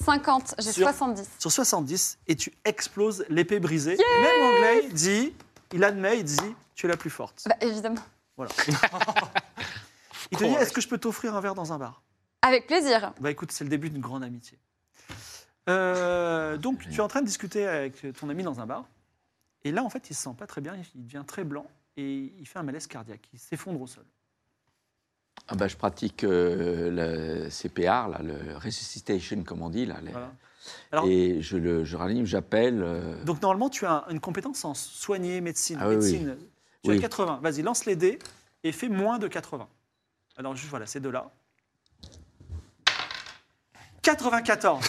C: 50, j'ai
A: Sur-
C: 70.
A: Sur 70, et tu exploses l'épée brisée. Et Même Wang Lai dit, il admet, il dit, tu es la plus forte.
C: Bah, évidemment.
A: Voilà. il te dit, est-ce que je peux t'offrir un verre dans un bar
C: Avec plaisir.
A: Bah écoute, c'est le début d'une grande amitié. Euh, donc, tu es en train de discuter avec ton ami dans un bar. Et là, en fait, il se sent pas très bien. Il devient très blanc et il fait un malaise cardiaque. Il s'effondre au sol.
E: Ah bah, je pratique euh, le CPR, là, le resuscitation, comme on dit. Là, les-
A: Voilà. Alors-
E: Et je, le, je ranime, j'appelle. euh,
A: Donc normalement, tu as une compétence en soigner, médecine.
E: Ah oui,
A: médecine. Tu as
E: Oui.
A: 80. Vas-y, lance les dés et fais moins de 80. Alors juste voilà, ces deux-là. 94.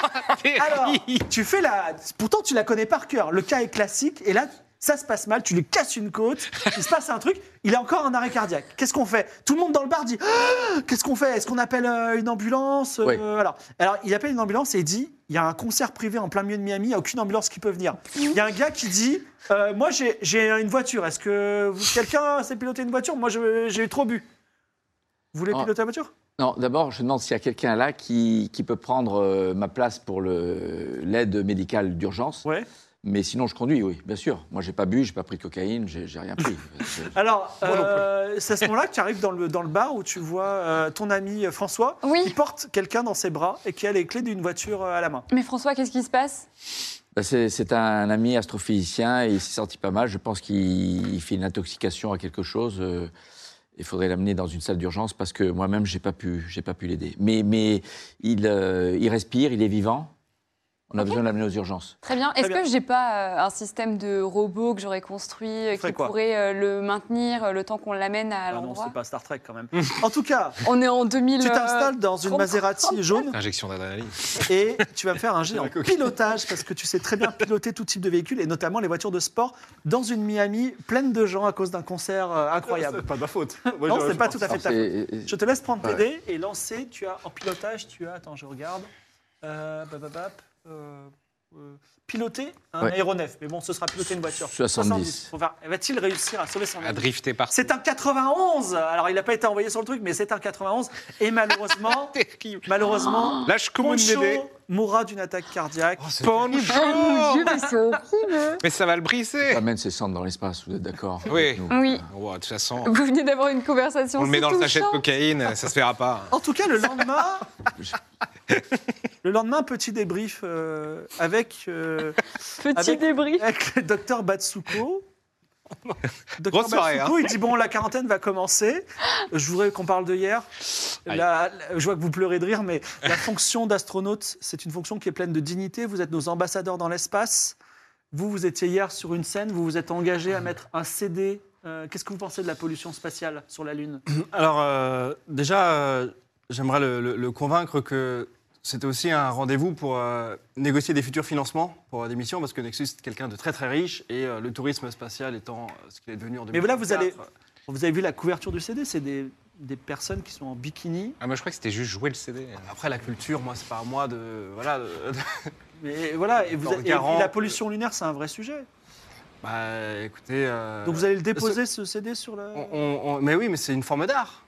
A: Alors, tu fais la. Pourtant, tu la connais par cœur. Le cas est classique. Et là, ça se passe mal. Tu lui casses une côte. Il se passe un truc. Il a encore un arrêt cardiaque. Qu'est-ce qu'on fait Tout le monde dans le bar dit Ah Qu'est-ce qu'on fait Est-ce qu'on appelle euh, une ambulance
E: Oui.
A: Euh, alors, alors, il appelle une ambulance et il dit Il y a un concert privé en plein milieu de Miami. Il n'y a aucune ambulance qui peut venir. Il y a un gars qui dit Euh, Moi, j'ai- j'ai une voiture. Est-ce que vous- quelqu'un sait piloter une voiture Moi, je- j'ai eu trop bu. Vous voulez
E: Ah.
A: piloter la voiture
E: Non, d'abord, je demande s'il y a quelqu'un là qui, qui peut prendre euh, ma place pour le- l'aide médicale d'urgence.
A: Ouais.
E: Mais sinon, je conduis, oui, bien sûr. Moi, j'ai pas bu, j'ai pas pris de cocaïne, j'ai j'ai rien pris. Je-
A: Alors,
D: non plus.
A: euh, c'est à ce moment-là que tu arrives dans le, dans le bar où tu vois euh, ton ami François
C: Oui.
A: qui porte quelqu'un dans ses bras et qui a les clés d'une voiture euh, à la main.
C: Mais François, qu'est-ce qui se passe
E: Bah, C'est c'est un ami astrophysicien et il s'est senti pas mal. Je pense qu'il il fait une intoxication à quelque chose. euh, Il faudrait l'amener dans une salle d'urgence parce que moi-même, j'ai pas pu, j'ai pas pu l'aider. Mais, mais il, euh, il respire, il est vivant. On a besoin de l'amener aux urgences.
C: Très bien. Est-ce
A: bien.
C: que j'ai pas euh, un système de robot que j'aurais construit euh, qui
A: ferait quoi
C: pourrait euh, le maintenir euh, le temps qu'on l'amène à
A: Ah non,
C: l'endroit
A: c'est pas Star Trek quand même. en tout cas,
C: On est en 2000.
A: tu
C: euh,
A: t'installes dans une
C: trente-
A: Maserati jaune
B: Injection d'adrénaline.
A: et tu vas me faire un jet en pilotage parce que tu sais très bien piloter tout type de véhicule et notamment les voitures de sport dans une Miami pleine de gens à cause d'un concert euh, incroyable.
D: C'est pas de ma faute.
A: Non, c'est pas tout à fait
E: Alors,
A: ta faute.
E: c'est- euh,
A: Je te laisse prendre tes
E: Ouais.
A: dés et lancer. Tu as en pilotage, tu as. Attends, je regarde. Euh, bap, bap, bap, euh, euh, piloter un
E: Ouais.
A: aéronef. Mais bon, ce sera piloter une voiture.
E: 70.
A: Faut voir, Va-t-il réussir à sauver son
B: À
A: ami
B: drifter par.
A: C'est un 91. Alors, il n'a pas été envoyé sur le truc, mais c'est un 91. Et malheureusement,
B: Terrible.
A: malheureusement,
B: Lâche comme une
A: Poncho
B: bébé.
A: mourra d'une attaque cardiaque.
E: Oh,
C: Oh
B: Poncho Mais ça va le
E: Il
B: briser.
E: Amène ses cendres dans l'espace, vous êtes d'accord
B: Oui.
E: avec nous
C: Oui.
B: Oh, de toute façon,
C: Vous venez d'avoir une conversation.
B: on le met
C: si
B: dans le sachet de
C: touchante.
B: cocaïne, ça se fera pas.
A: En tout cas, le lendemain, le lendemain, petit débrief euh, avec. euh,
C: Petit
A: Avec-
C: débris.
A: avec le docteur Batsuko. Docteur
B: Grosse soirée,
A: Batsuko, il dit bon, la quarantaine va commencer. Je voudrais qu'on parle de hier. La-
B: Aïe.
A: la- je vois que vous pleurez de rire, mais la fonction d'astronaute, c'est une fonction qui est pleine de dignité. Vous êtes nos ambassadeurs dans l'espace. Vous, vous étiez hier sur une scène. Vous vous êtes engagé à mettre un CD. Euh, Qu'est-ce que vous pensez de la pollution spatiale sur la Lune
D: Alors, euh, déjà, euh, j'aimerais le, le- le convaincre que c'était aussi un rendez-vous pour euh, négocier des futurs financements pour euh, des missions, parce que Nexus est quelqu'un de très très riche, et euh, le tourisme spatial étant euh, ce qu'il est devenu en 2024.
A: Mais voilà, vous allez- Vous avez vu la couverture du CD C'est des, des personnes qui sont en bikini.
B: Ah, moi, je crois que c'était juste jouer le CD.
A: Euh,
D: euh, Après, la culture, moi, c'est pas à moi de... Voilà, de-
A: Et voilà, et, vous-
D: Dans le
A: et- et
D: garant,
A: la pollution lunaire, c'est un vrai sujet.
D: bah, écoutez... euh,
A: Donc vous allez le déposer, ce CD, sur la...
D: on- on- on- mais oui, mais c'est une forme d'art.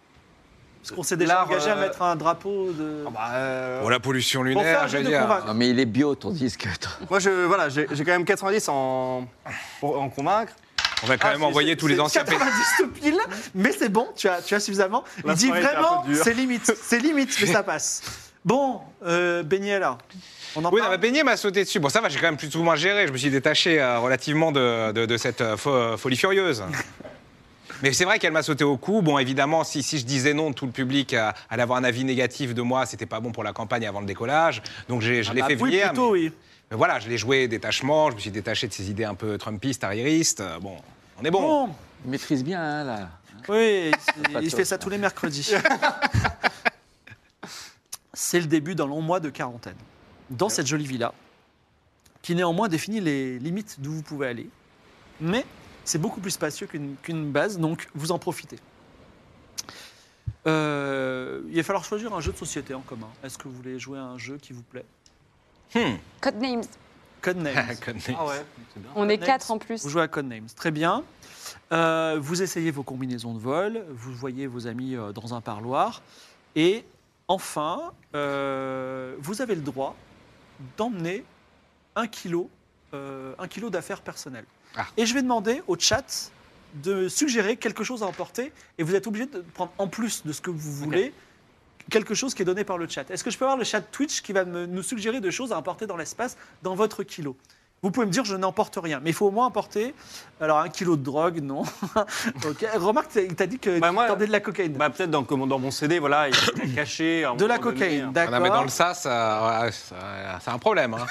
A: Parce qu'on s'est déjà
D: L'art,
A: engagé à
D: euh,
A: mettre un drapeau de.
D: Ah bah, euh,
B: Bon, Oh, la pollution
A: Pour faire
B: lunaire,
A: un
B: je
A: jeu
B: veux
A: de
B: dire.
A: convaincre.
E: Non, mais il est bio, ton disque.
D: Moi, je, voilà, j'ai j'ai quand même 90 en, pour en convaincre.
B: On va quand
D: Ah,
B: même
D: c'est-
B: envoyer
D: c'est-
B: tous les
A: C'est
B: anciens.
A: 90 piles, mais c'est bon, tu as, tu as suffisamment.
D: La
A: Il dit
D: soirée était un
A: vraiment,
D: peu dure.
A: c'est limite, c'est limite, mais ça passe. Bon, euh, Beniela, on en
B: Oui, non,
A: parle.
B: ma baignée m'a sauté dessus. Bon, ça va, j'ai quand même plus ou moins géré. Je me suis détaché euh, relativement de, de- de cette euh, fo- folie furieuse. Mais c'est vrai qu'elle m'a sauté au cou. Bon, évidemment, si, si je disais non, tout le public euh, allait avoir un avis négatif de moi. C'était pas bon pour la campagne avant le décollage. Donc, j'ai- je l'ai fait
A: Ah bah oui,
B: venir.
A: plutôt, oui.
B: Mais voilà, je l'ai joué détachement. Je me suis détaché de ces idées un peu trumpistes, arriéristes. Euh, Bon, on est bon.
A: Bon,
E: Il maîtrise bien, hein, là.
A: oui,
E: Pas
A: il,
E: de
A: il fait ça
E: chance,
A: tous les mercredis. c'est le début d'un long mois de quarantaine. Dans cette jolie villa, qui néanmoins définit les limites d'où vous pouvez aller. Mais c'est beaucoup plus spacieux qu'une qu'une base, donc vous en profitez. Euh, il va falloir choisir un jeu de société en commun. Est-ce que vous voulez jouer à un jeu qui vous plaît
C: Codenames.
A: Codenames.
B: Connerie.
D: ouais
C: On
A: Codenames.
C: est quatre en plus.
A: vous jouez à Codenames, très bien. Euh, vous essayez vos combinaisons de vol, vous voyez vos amis euh, dans un parloir. Et enfin, euh, vous avez le droit d'emmener un kilo, euh, un kilo d'affaires personnelles.
B: Ah.
A: Et je vais demander au chat de suggérer quelque chose à emporter. Et vous êtes obligé de prendre en plus de ce que vous voulez quelque chose qui est donné par le chat. Est-ce que je peux avoir le chat Twitch qui va me- nous suggérer des choses à emporter dans l'espace dans votre kilo Vous pouvez me dire, je n'emporte rien, mais il faut au moins emporter. Alors, un kilo de drogue, non. Ok. Remarque, t'as- il t'a dit que
D: Bah, moi,
A: tu tendais de la cocaïne.
D: Bah, peut-être dans, comment- dans mon CD, voilà, il est caché. à un
A: de la
D: moment donné. hein.
A: cocaïne,
B: Voilà, Ah, mais dans
A: Ah, d'accord.
B: le sas, ça, ouais, ça- c'est un problème. hein.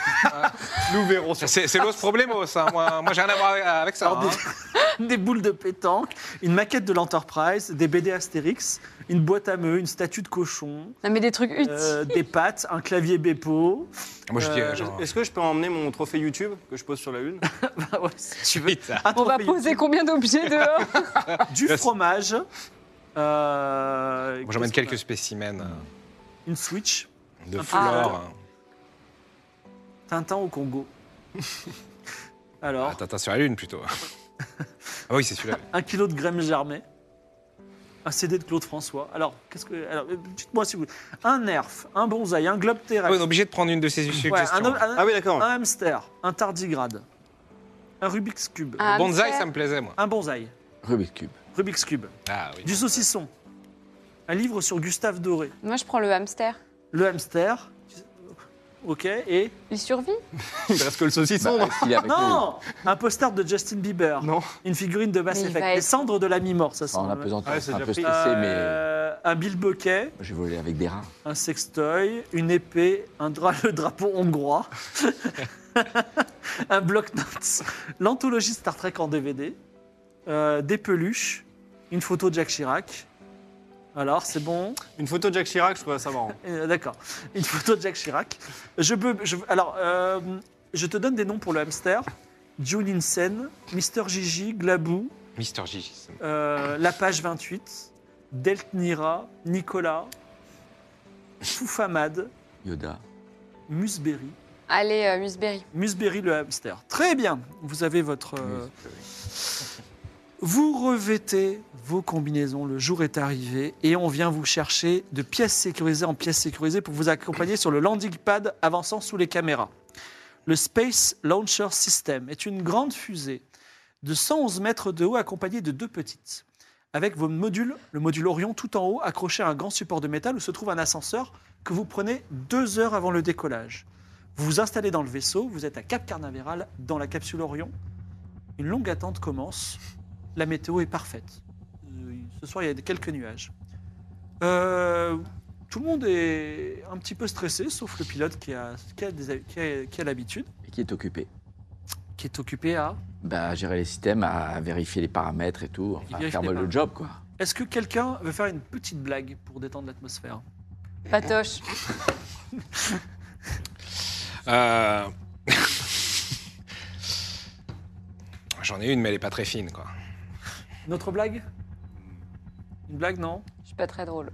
D: Nous verrons ça.
B: C'est c'est l'os problemos. hein. Moi, moi, j'ai rien à voir avec, avec ça.
A: Alors,
B: hein.
A: des, des boules de pétanque, une maquette de l'Enterprise, des BD Astérix, une boîte à meux, une statue de cochon,
C: Non, mais des trucs utiles.
A: euh, des pattes, un clavier Beppo.
B: Moi, je dis,
A: euh,
B: euh, genre,
D: Est-ce que je peux emmener mon trophée YouTube que je pose sur la une
A: Bah ouais, si tu veux. Ah,
B: Putain.
A: Un
C: On va
A: trophée,
C: poser combien d'objets dehors
A: Du fromage. euh,
B: moi, j'emmène
A: qu'est-ce qu'on
B: quelques spécimens euh,
A: a Une Switch.
B: de
A: Ah.
B: flore. hein.
A: Tintin au Congo.
B: Ah,
A: Alors,
B: Tintin sur la lune, plutôt. Ah oui, c'est celui-là.
A: un kilo de Grême Germain. Un CD de Claude François. Alors, qu'est-ce que. Alors, euh, dites-moi si vous. Un nerf, un bonsaï, un globe
B: Ah
A: terrestre.
B: oui, on est obligé de prendre une de ces suggestions.
A: Ouais, un, homme- un-
D: Ah oui, d'accord.
A: un hamster, un tardigrade, un Rubik's Cube,
C: Ah. Un
B: Bonsaï,
C: hamster.
B: ça me plaisait, moi.
A: un bonsaï,
E: Rubik's Cube.
A: Rubik's Cube,
B: Ah oui.
A: du saucisson, un livre sur Gustave Doré,
C: Moi, je prends le hamster.
A: le hamster, ok, et...
C: Il survit
D: Il me reste que le saucisson. non
E: Il est avec nous.
A: Non Un poster de Justin Bieber,
D: Non.
A: une figurine de Mass
C: Mais il
A: Effect,
C: va
A: les
C: être-
A: cendres de la mi-mort, ça
E: En
A: semble.
E: apesanteur,
D: Ouais,
E: c'est
D: c'est
E: un
D: déjà
E: peu
D: pris.
E: stressé, mais
A: Euh, un billboquet,
E: j'ai volé avec des rats.
A: un sextoy, une épée, un dra- le drapeau hongrois, un bloc-notes, l'anthologie Star Trek en DVD, euh, des peluches, une photo de Jacques Chirac. Alors, c'est bon
D: Une photo de Jacques Chirac, je trouvais ça marrant.
A: Euh, D'accord. Une photo de Jacques Chirac. Je peux, je- alors, euh, je te donne des noms pour le hamster. June Insen, Mister Gigi, Glabou,
B: Mister Gigi. ça me-
A: euh, La Page 28, Deltnira, Nicolas, Foufamad,
E: Yoda.
A: Musberry.
C: Allez, euh, Museberry.
A: Musberry le hamster. Très bien. Vous avez votre. euh, Vous revêtez vos combinaisons, le jour est arrivé et on vient vous chercher de pièces sécurisées en pièces sécurisées pour vous accompagner sur le landing pad avançant sous les caméras. Le Space Launcher System est une grande fusée de 111 mètres de haut accompagnée de deux petites. Avec vos modules, le module Orion tout en haut accroché à un grand support de métal où se trouve un ascenseur que vous prenez deux heures avant le décollage. Vous vous installez dans le vaisseau, vous êtes à Cap Carnaveral, dans la capsule Orion. Une longue attente commence. La météo est parfaite. Euh, Ce soir, il y a quelques nuages. Euh, tout le monde est un petit peu stressé, sauf le pilote qui a, qui a, des- qui a- qui a l'habitude,
E: Et qui est occupé
A: qui est occupé à...
E: bah, à gérer les systèmes, à vérifier les paramètres et tout. Enfin,
A: vérifie
E: faire
A: les
E: le
A: paramètres.
E: job, quoi.
A: Est-ce que quelqu'un veut faire une petite blague pour détendre l'atmosphère
C: Patoche.
B: Euh, J'en ai une, mais elle est pas très fine, quoi.
A: Notre blague Une blague, non
C: Je suis pas très drôle.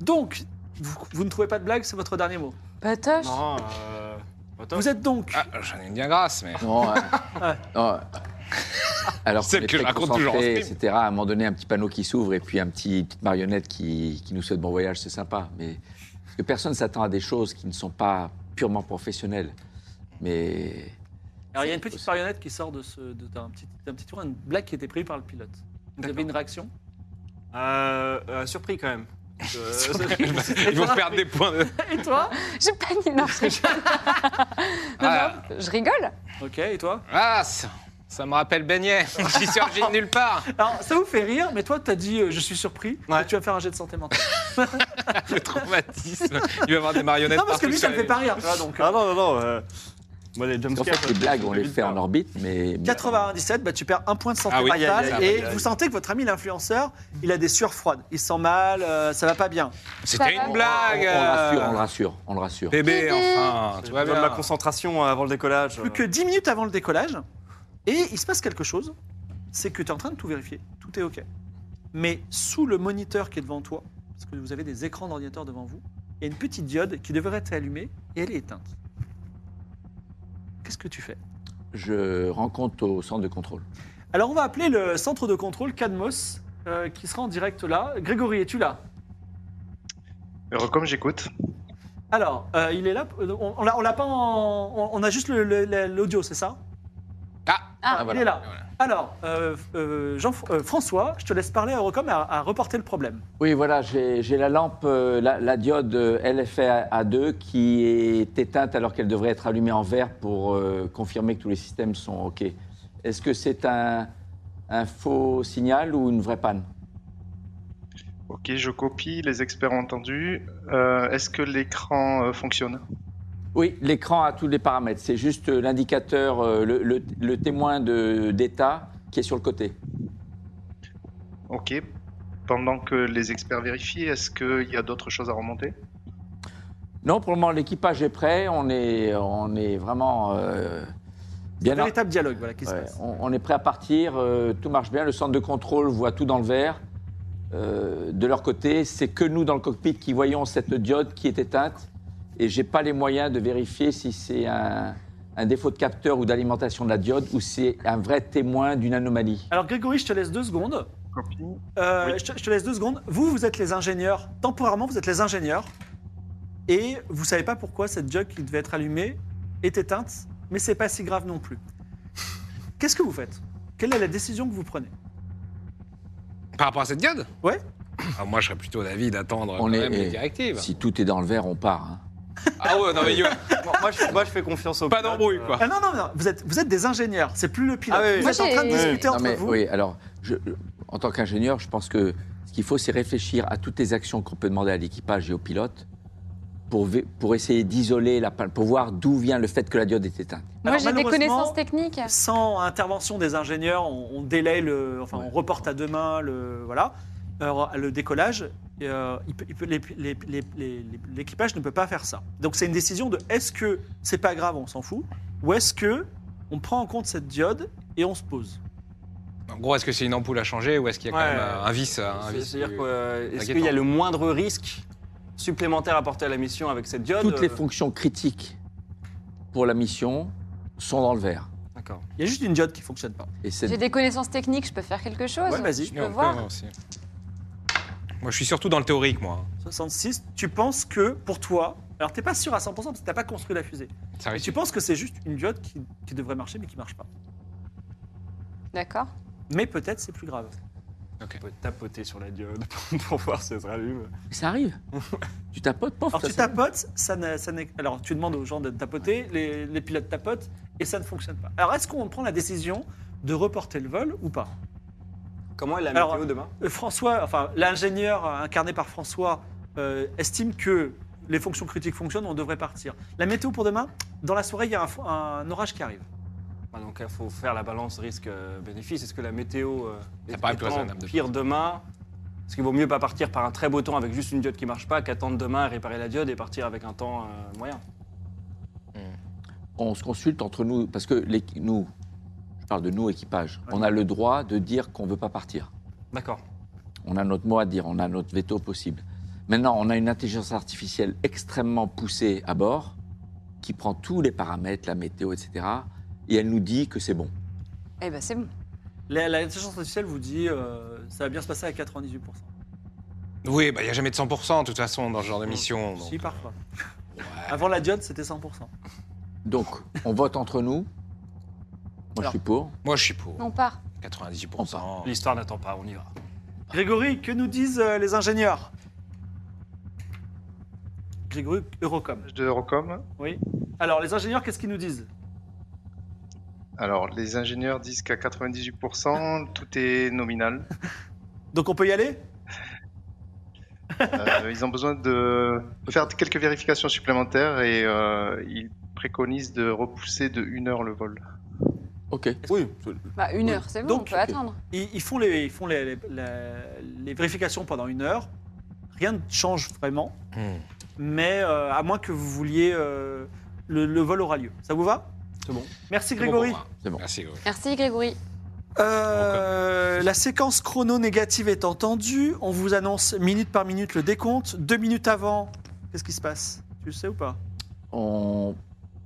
A: Donc, vous, vous ne trouvez pas de blague, c'est votre dernier mot.
C: Patoche
D: Non, euh, attends.
A: Vous êtes donc...
B: Ah, j'en ai une bien grasse, mais.
E: Non, euh, non, euh, alors
B: Celle
E: qu'on est
B: que je
E: très
B: raconte toujours en
E: concentré,
B: stream.
E: etc. À un moment donné, un petit panneau qui s'ouvre et puis un petit une petite marionnette qui, qui nous souhaite bon voyage, c'est sympa. Mais parce que personne s'attend à des choses qui ne sont pas purement professionnelles. Mais
A: Alors, il y a une petite marionnette qui sort de ce- de- d'un petit, d'un petit tour, une blague qui était prise par le pilote. Vous avez
D: D'accord.
A: une réaction
D: Euh, euh, surpris quand même. Euh,
B: bah, Ils vont perdre des points. de-
A: Et toi
C: J'ai pas ni non, je rigole. Non,
B: Ah.
C: non, je rigole.
A: Ok, et toi
B: Ah, ça, ça me rappelle Beignet. J'y surgis de nulle part.
A: Alors, ça vous fait rire, mais toi, t'as dit euh, je suis surpris,
D: Ouais.
A: et tu vas faire un jet de santé mentale.
B: Le traumatisme. Il va y avoir des marionnettes.
A: non, parce que
B: partout
A: lui, ça
B: sur
A: ne
B: les-
A: fait pas rire, tu vois, donc. euh,
D: Ah non, non, non. euh, Moi, les
E: en
D: jumpscares. euh,
E: fait, les blagues, on les fait en orbite, mais
A: 97, bah, tu perds un point de santé
B: Ah oui.
A: mentale
D: Aïe, aïe, aïe,
A: et
D: aïe, aïe.
A: vous sentez que votre ami l'influenceur, il a des sueurs froides, il sent mal, euh, ça va pas bien.
B: C'était
C: Ça va.
B: une
E: on,
B: blague.
E: on le rassure, on le
B: euh,
E: rassure, on le rassure.
B: Bébé, enfin. Tu
D: Tu
B: vois
D: vois
B: bien.
D: de la concentration avant le décollage.
A: Plus que 10 minutes avant le décollage, et il se passe quelque chose, c'est que tu es en train de tout vérifier, tout est ok. Mais sous le moniteur qui est devant toi, parce que vous avez des écrans d'ordinateur devant vous, il y a une petite diode qui devrait être allumée et elle est éteinte. Qu'est-ce que tu fais
E: Je rencontre au centre de contrôle.
A: Alors on va appeler le centre de contrôle Cadmos euh, qui sera en direct là. Grégory, es-tu là
F: Eurocom, j'écoute.
A: Alors, euh, il est là. On, on l'a on l'a pas en- on, on a juste le- le- le- l'audio, c'est ça
B: Ah,
C: Ah,
A: il est là. Alors, euh, euh, Jean- euh, François, je te laisse parler à Eurocom à, à reporter le problème.
E: Oui, voilà, j'ai j'ai la lampe, euh, la, la diode euh, LFA A2 qui est éteinte alors qu'elle devrait être allumée en vert pour euh, confirmer que tous les systèmes sont OK. Est-ce que c'est un, un faux signal ou une vraie panne
F: Ok, je copie, les experts ont entendu. Euh, Est-ce que l'écran euh, fonctionne
E: Oui, l'écran a tous les paramètres. C'est juste euh, l'indicateur, euh, le, le- le témoin de- d'état qui est sur le côté.
F: Ok. Pendant que les experts vérifient, est-ce qu'il y a d'autres choses à remonter
E: Non, pour le moment, l'équipage est prêt. On est, on est vraiment euh, bien en-
A: Véritable dialogue, voilà, qui se
E: Ouais,
A: passe.
E: on, on est prêt à partir, euh, tout marche bien, le centre de contrôle voit tout dans le vert. Euh, de leur côté, c'est que nous dans le cockpit qui voyons cette diode qui est éteinte et j'ai pas les moyens de vérifier si c'est un, un défaut de capteur ou d'alimentation de la diode ou c'est un vrai témoin d'une anomalie.
A: Alors, Grégory, je te laisse deux secondes.
F: Copie.
A: Euh,
F: Oui.
A: je, te, je te laisse deux secondes. Vous, vous êtes les ingénieurs. Temporairement, vous êtes les ingénieurs. Et vous savez pas pourquoi cette jug qui devait être allumée est éteinte, mais c'est pas si grave non plus. Qu'est-ce que vous faites Quelle est la décision que vous prenez
B: Par rapport à cette diode
A: Ouais.
B: Ah, moi, je serais plutôt d'avis d'attendre
E: On
B: quand
E: est-
B: même
E: eh,
B: les directives.
E: Si tout est dans le vert, on part. hein.
B: Ah ouais, non, mais yo,
D: Moi, moi, je, moi, je fais confiance au.
B: pas d'embrouille, quoi.
A: Ah non, non, non, vous êtes, vous êtes des ingénieurs, c'est plus le pilote.
D: Ah oui, oui.
A: Vous êtes
C: Moi,
A: en train de
C: j'ai-
A: discuter
E: Non,
A: entre
E: mais
A: vous.
E: oui, alors je- je- en tant qu'ingénieur, je pense que ce qu'il faut, c'est réfléchir à toutes les actions qu'on peut demander à l'équipage et aux pilotes pour, vé- pour essayer d'isoler la panne, pour voir d'où vient le fait que la diode est éteinte.
C: Moi,
A: Alors,
C: j'ai des
A: malheureusement-
C: connaissances techniques.
A: Sans intervention des ingénieurs, on, on délaye le, enfin, on reporte à demain le, voilà, Alors, le décollage. et, euh, il peut- il peut- les- les- les- les- les- L'équipage ne peut pas faire ça. Donc c'est une décision de est-ce que c'est pas grave, on s'en fout, ou est-ce que on prend en compte cette diode et on se pose.
B: En gros, est-ce que c'est une ampoule à changer ou est-ce qu'il y a quand
D: Ouais.
B: même euh, un vis euh, un
D: C'est-
B: vis
D: C'est-à-dire
B: du-
D: que, euh, est-ce
B: T'inquiète
D: qu'il y a
B: pas.
D: le moindre risque supplémentaire apporté à la mission avec cette diode
E: Toutes les
D: euh,
E: fonctions critiques pour la mission sont dans le vert.
D: D'accord.
A: Il y a juste une diode qui fonctionne pas.
E: Et cette-
C: J'ai des connaissances techniques, je peux faire quelque chose.
A: Ouais, vas-y.
C: Je
B: Ouais,
C: peux
B: on peut,
C: voir.
B: ouais, aussi. Moi, je suis surtout dans le théorique, moi.
A: 66. Tu penses que pour toi, alors t'es pas sûr à 100% parce que t'as pas construit la fusée.
B: Ça
A: Mais
B: risque.
A: tu penses que c'est juste une diode qui, qui devrait marcher mais qui marche pas.
C: D'accord.
A: Mais peut-être c'est plus grave.
D: On peut tapoter sur la diode pour, pour voir si elle se rallume.
E: Ça arrive. tu tapotes, pof.
A: Alors
E: ça
A: tu
E: s'allume.
A: tapotes, ça n'est- ça n'est- alors tu demandes aux gens de tapoter, les, les pilotes tapotent et ça ne fonctionne pas. Alors est-ce qu'on prend la décision de reporter le vol ou pas
D: Comment est la
A: Alors,
D: météo demain
A: Euh, François, enfin l'ingénieur euh, incarné par François euh, estime que les fonctions critiques fonctionnent, on devrait partir. La météo pour demain, dans la soirée il y a un, fo- un orage qui arrive.
D: Ah, Donc il faut faire la balance risque-bénéfice. Est-ce que la météo euh,
B: Ça
D: est
B: paraît plus
D: étant
B: raisonnable de
D: pire demain Est-ce qu'il vaut mieux pas partir par un très beau temps avec juste une diode qui marche pas qu'attendre demain à réparer la diode et partir avec un temps euh, moyen
E: on se consulte entre nous, parce que les- nous, je parle de nous, équipage, on a le droit de dire qu'on ne veut pas partir.
D: D'accord.
E: On a notre mot à dire, on a notre veto possible. Maintenant, on a une intelligence artificielle extrêmement poussée à bord, qui prend tous les paramètres, la météo, etc., et elle nous dit que c'est bon.
C: Eh ben, c'est bon.
A: La- L'intelligence artificielle vous dit euh, ça va bien se passer à 98%.
B: Oui, bah, il n'y a jamais de 100% de toute façon dans ce genre de mission. donc.
A: Si parfois. Avant la diode c'était 100%.
E: Donc, on vote entre nous. Moi, je suis pour.
B: Moi, je suis pour.
C: On part.
B: 98%.
D: L'histoire n'attend pas, on y va.
A: Grégory, que nous disent euh, les ingénieurs Grégory, Eurocom.
F: De Eurocom.
A: Oui. Alors, les ingénieurs, qu'est-ce qu'ils nous disent
F: Alors, les ingénieurs disent qu'à 98%, tout est nominal.
A: Donc, on peut y aller
F: Euh, ils ont besoin de faire quelques vérifications supplémentaires et euh, ils préconisent de repousser de une heure le vol.
E: OK.
D: Oui,
C: Bah, une heure, c'est bon,
A: Donc,
C: on peut
E: ok.
C: attendre.
A: ils, ils font, les, ils font les, les- la- les vérifications pendant une heure. Rien ne change vraiment,
B: Hmm.
A: mais euh, à moins que vous vouliez, euh, le, le vol aura lieu. Ça vous va
D: c'est bon.
A: Merci,
B: C'est bon pour
A: Grégory.
B: moi.
E: C'est bon.
B: Merci, Grégory.
C: Merci, Grégory.
A: Euh, la séquence chrono négative est entendue. On vous annonce minute par minute le décompte. Deux minutes avant, qu'est-ce qui se passe Tu le sais ou pas
E: On,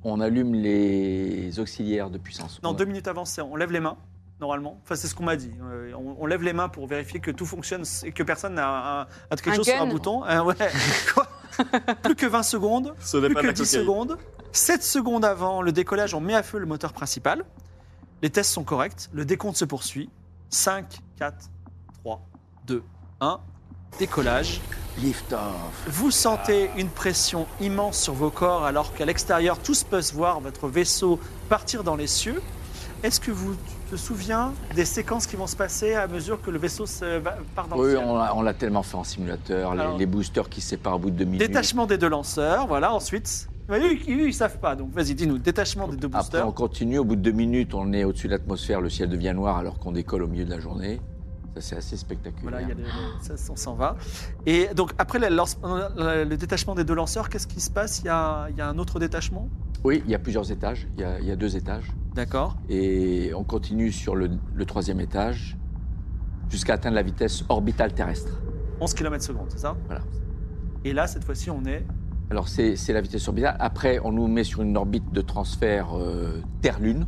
E: on allume les auxiliaires de puissance.
A: Non,
E: On-
A: deux minutes avant, c'est on lève les mains, normalement. Enfin, c'est ce qu'on m'a dit. Euh, on, on lève les mains pour vérifier que tout fonctionne et que personne n'a un- un- a quelque
C: Un
A: chose sur un
C: gun.
A: bouton. Euh, ouais. Quoi plus que 20 secondes,
D: Ce n'est
A: plus que 10 secondes. 7 secondes avant le décollage, on met à feu le moteur principal. Les tests sont corrects. Le décompte se poursuit. 5, 4, 3, 2, 1. Décollage.
E: Lift off.
A: Vous sentez une pression immense sur vos corps alors qu'à l'extérieur, tous peuvent voir votre vaisseau partir dans les cieux. Est-ce que vous te souviens des séquences qui vont se passer à mesure que le vaisseau se va- part dans le
E: Oui,
A: ciel
E: on l'a- on l'a tellement fait en simulateur, les,
A: Alors-
E: les boosters qui se séparent au bout de deux minutes.
A: Détachement des deux lanceurs, voilà, ensuite... Mais eux, ils, eux, ils savent pas, donc vas-y, dis-nous. Détachement des deux
E: Après,
A: boosters.
E: on continue. Au bout de deux minutes, on est au-dessus de l'atmosphère, le ciel devient noir alors qu'on décolle au milieu de la journée. Ça, c'est assez spectaculaire.
A: Voilà, il y a les- ça, on s'en va. Et donc, après la lance- euh, le détachement des deux lanceurs, qu'est-ce qui se passe il y, a, il y a un autre détachement
E: Oui, il y a plusieurs étages. Il y a, il y a deux étages.
A: D'accord.
E: Et on continue sur le, le troisième étage jusqu'à atteindre la vitesse orbitale terrestre.
A: 11 km secondes, c'est ça
E: Voilà.
A: Et là, cette fois-ci, on est...
E: Alors, c'est c'est la vitesse orbitale. Après, on nous met sur une orbite de transfert euh, Terre-Lune,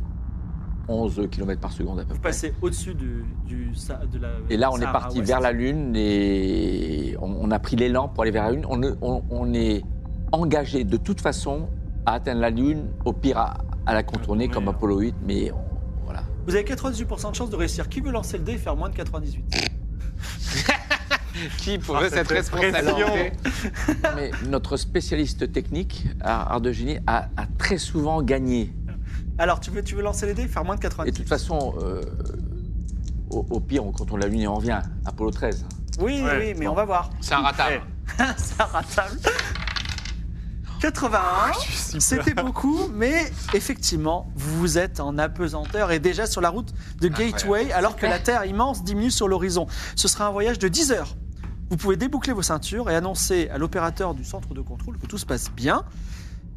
E: 11 km par seconde à peu
A: Vous
E: près.
A: passez au-dessus du, du Sa- de la...
E: Et là, on est
A: Sahara
E: parti
A: Ouest.
E: vers la Lune et on, on a pris l'élan pour aller vers la Lune. On, est- on- on est engagé de toute façon à atteindre la Lune, au pire à, à la contourner
D: Ouais,
E: comme
D: alors.
E: Apollo 8, mais on- voilà.
A: Vous avez 98% de chance de réussir. Qui veut lancer le dé et faire moins de 98
B: Qui
A: Ah,
B: veut cette responsabilité
E: Mais notre spécialiste technique, Ar- Ardegini, a, a très souvent gagné.
A: Alors, tu veux, tu veux lancer les dés et faire moins de
E: Et
A: 98
E: de toute façon, euh, au, au pire, on contourne la Lune et on revient. Apollo 13.
A: Oui,
D: Ouais.
A: oui, mais
E: Bon.
A: on va voir. Eh.
B: C'est un ratable.
A: Ça ratable. 81, c'était beaucoup, mais effectivement, vous êtes en apesanteur et déjà sur la route de Gateway, alors que la Terre immense diminue sur l'horizon. Ce sera un voyage de 10 heures. Vous pouvez déboucler vos ceintures et annoncer à l'opérateur du centre de contrôle que tout se passe bien.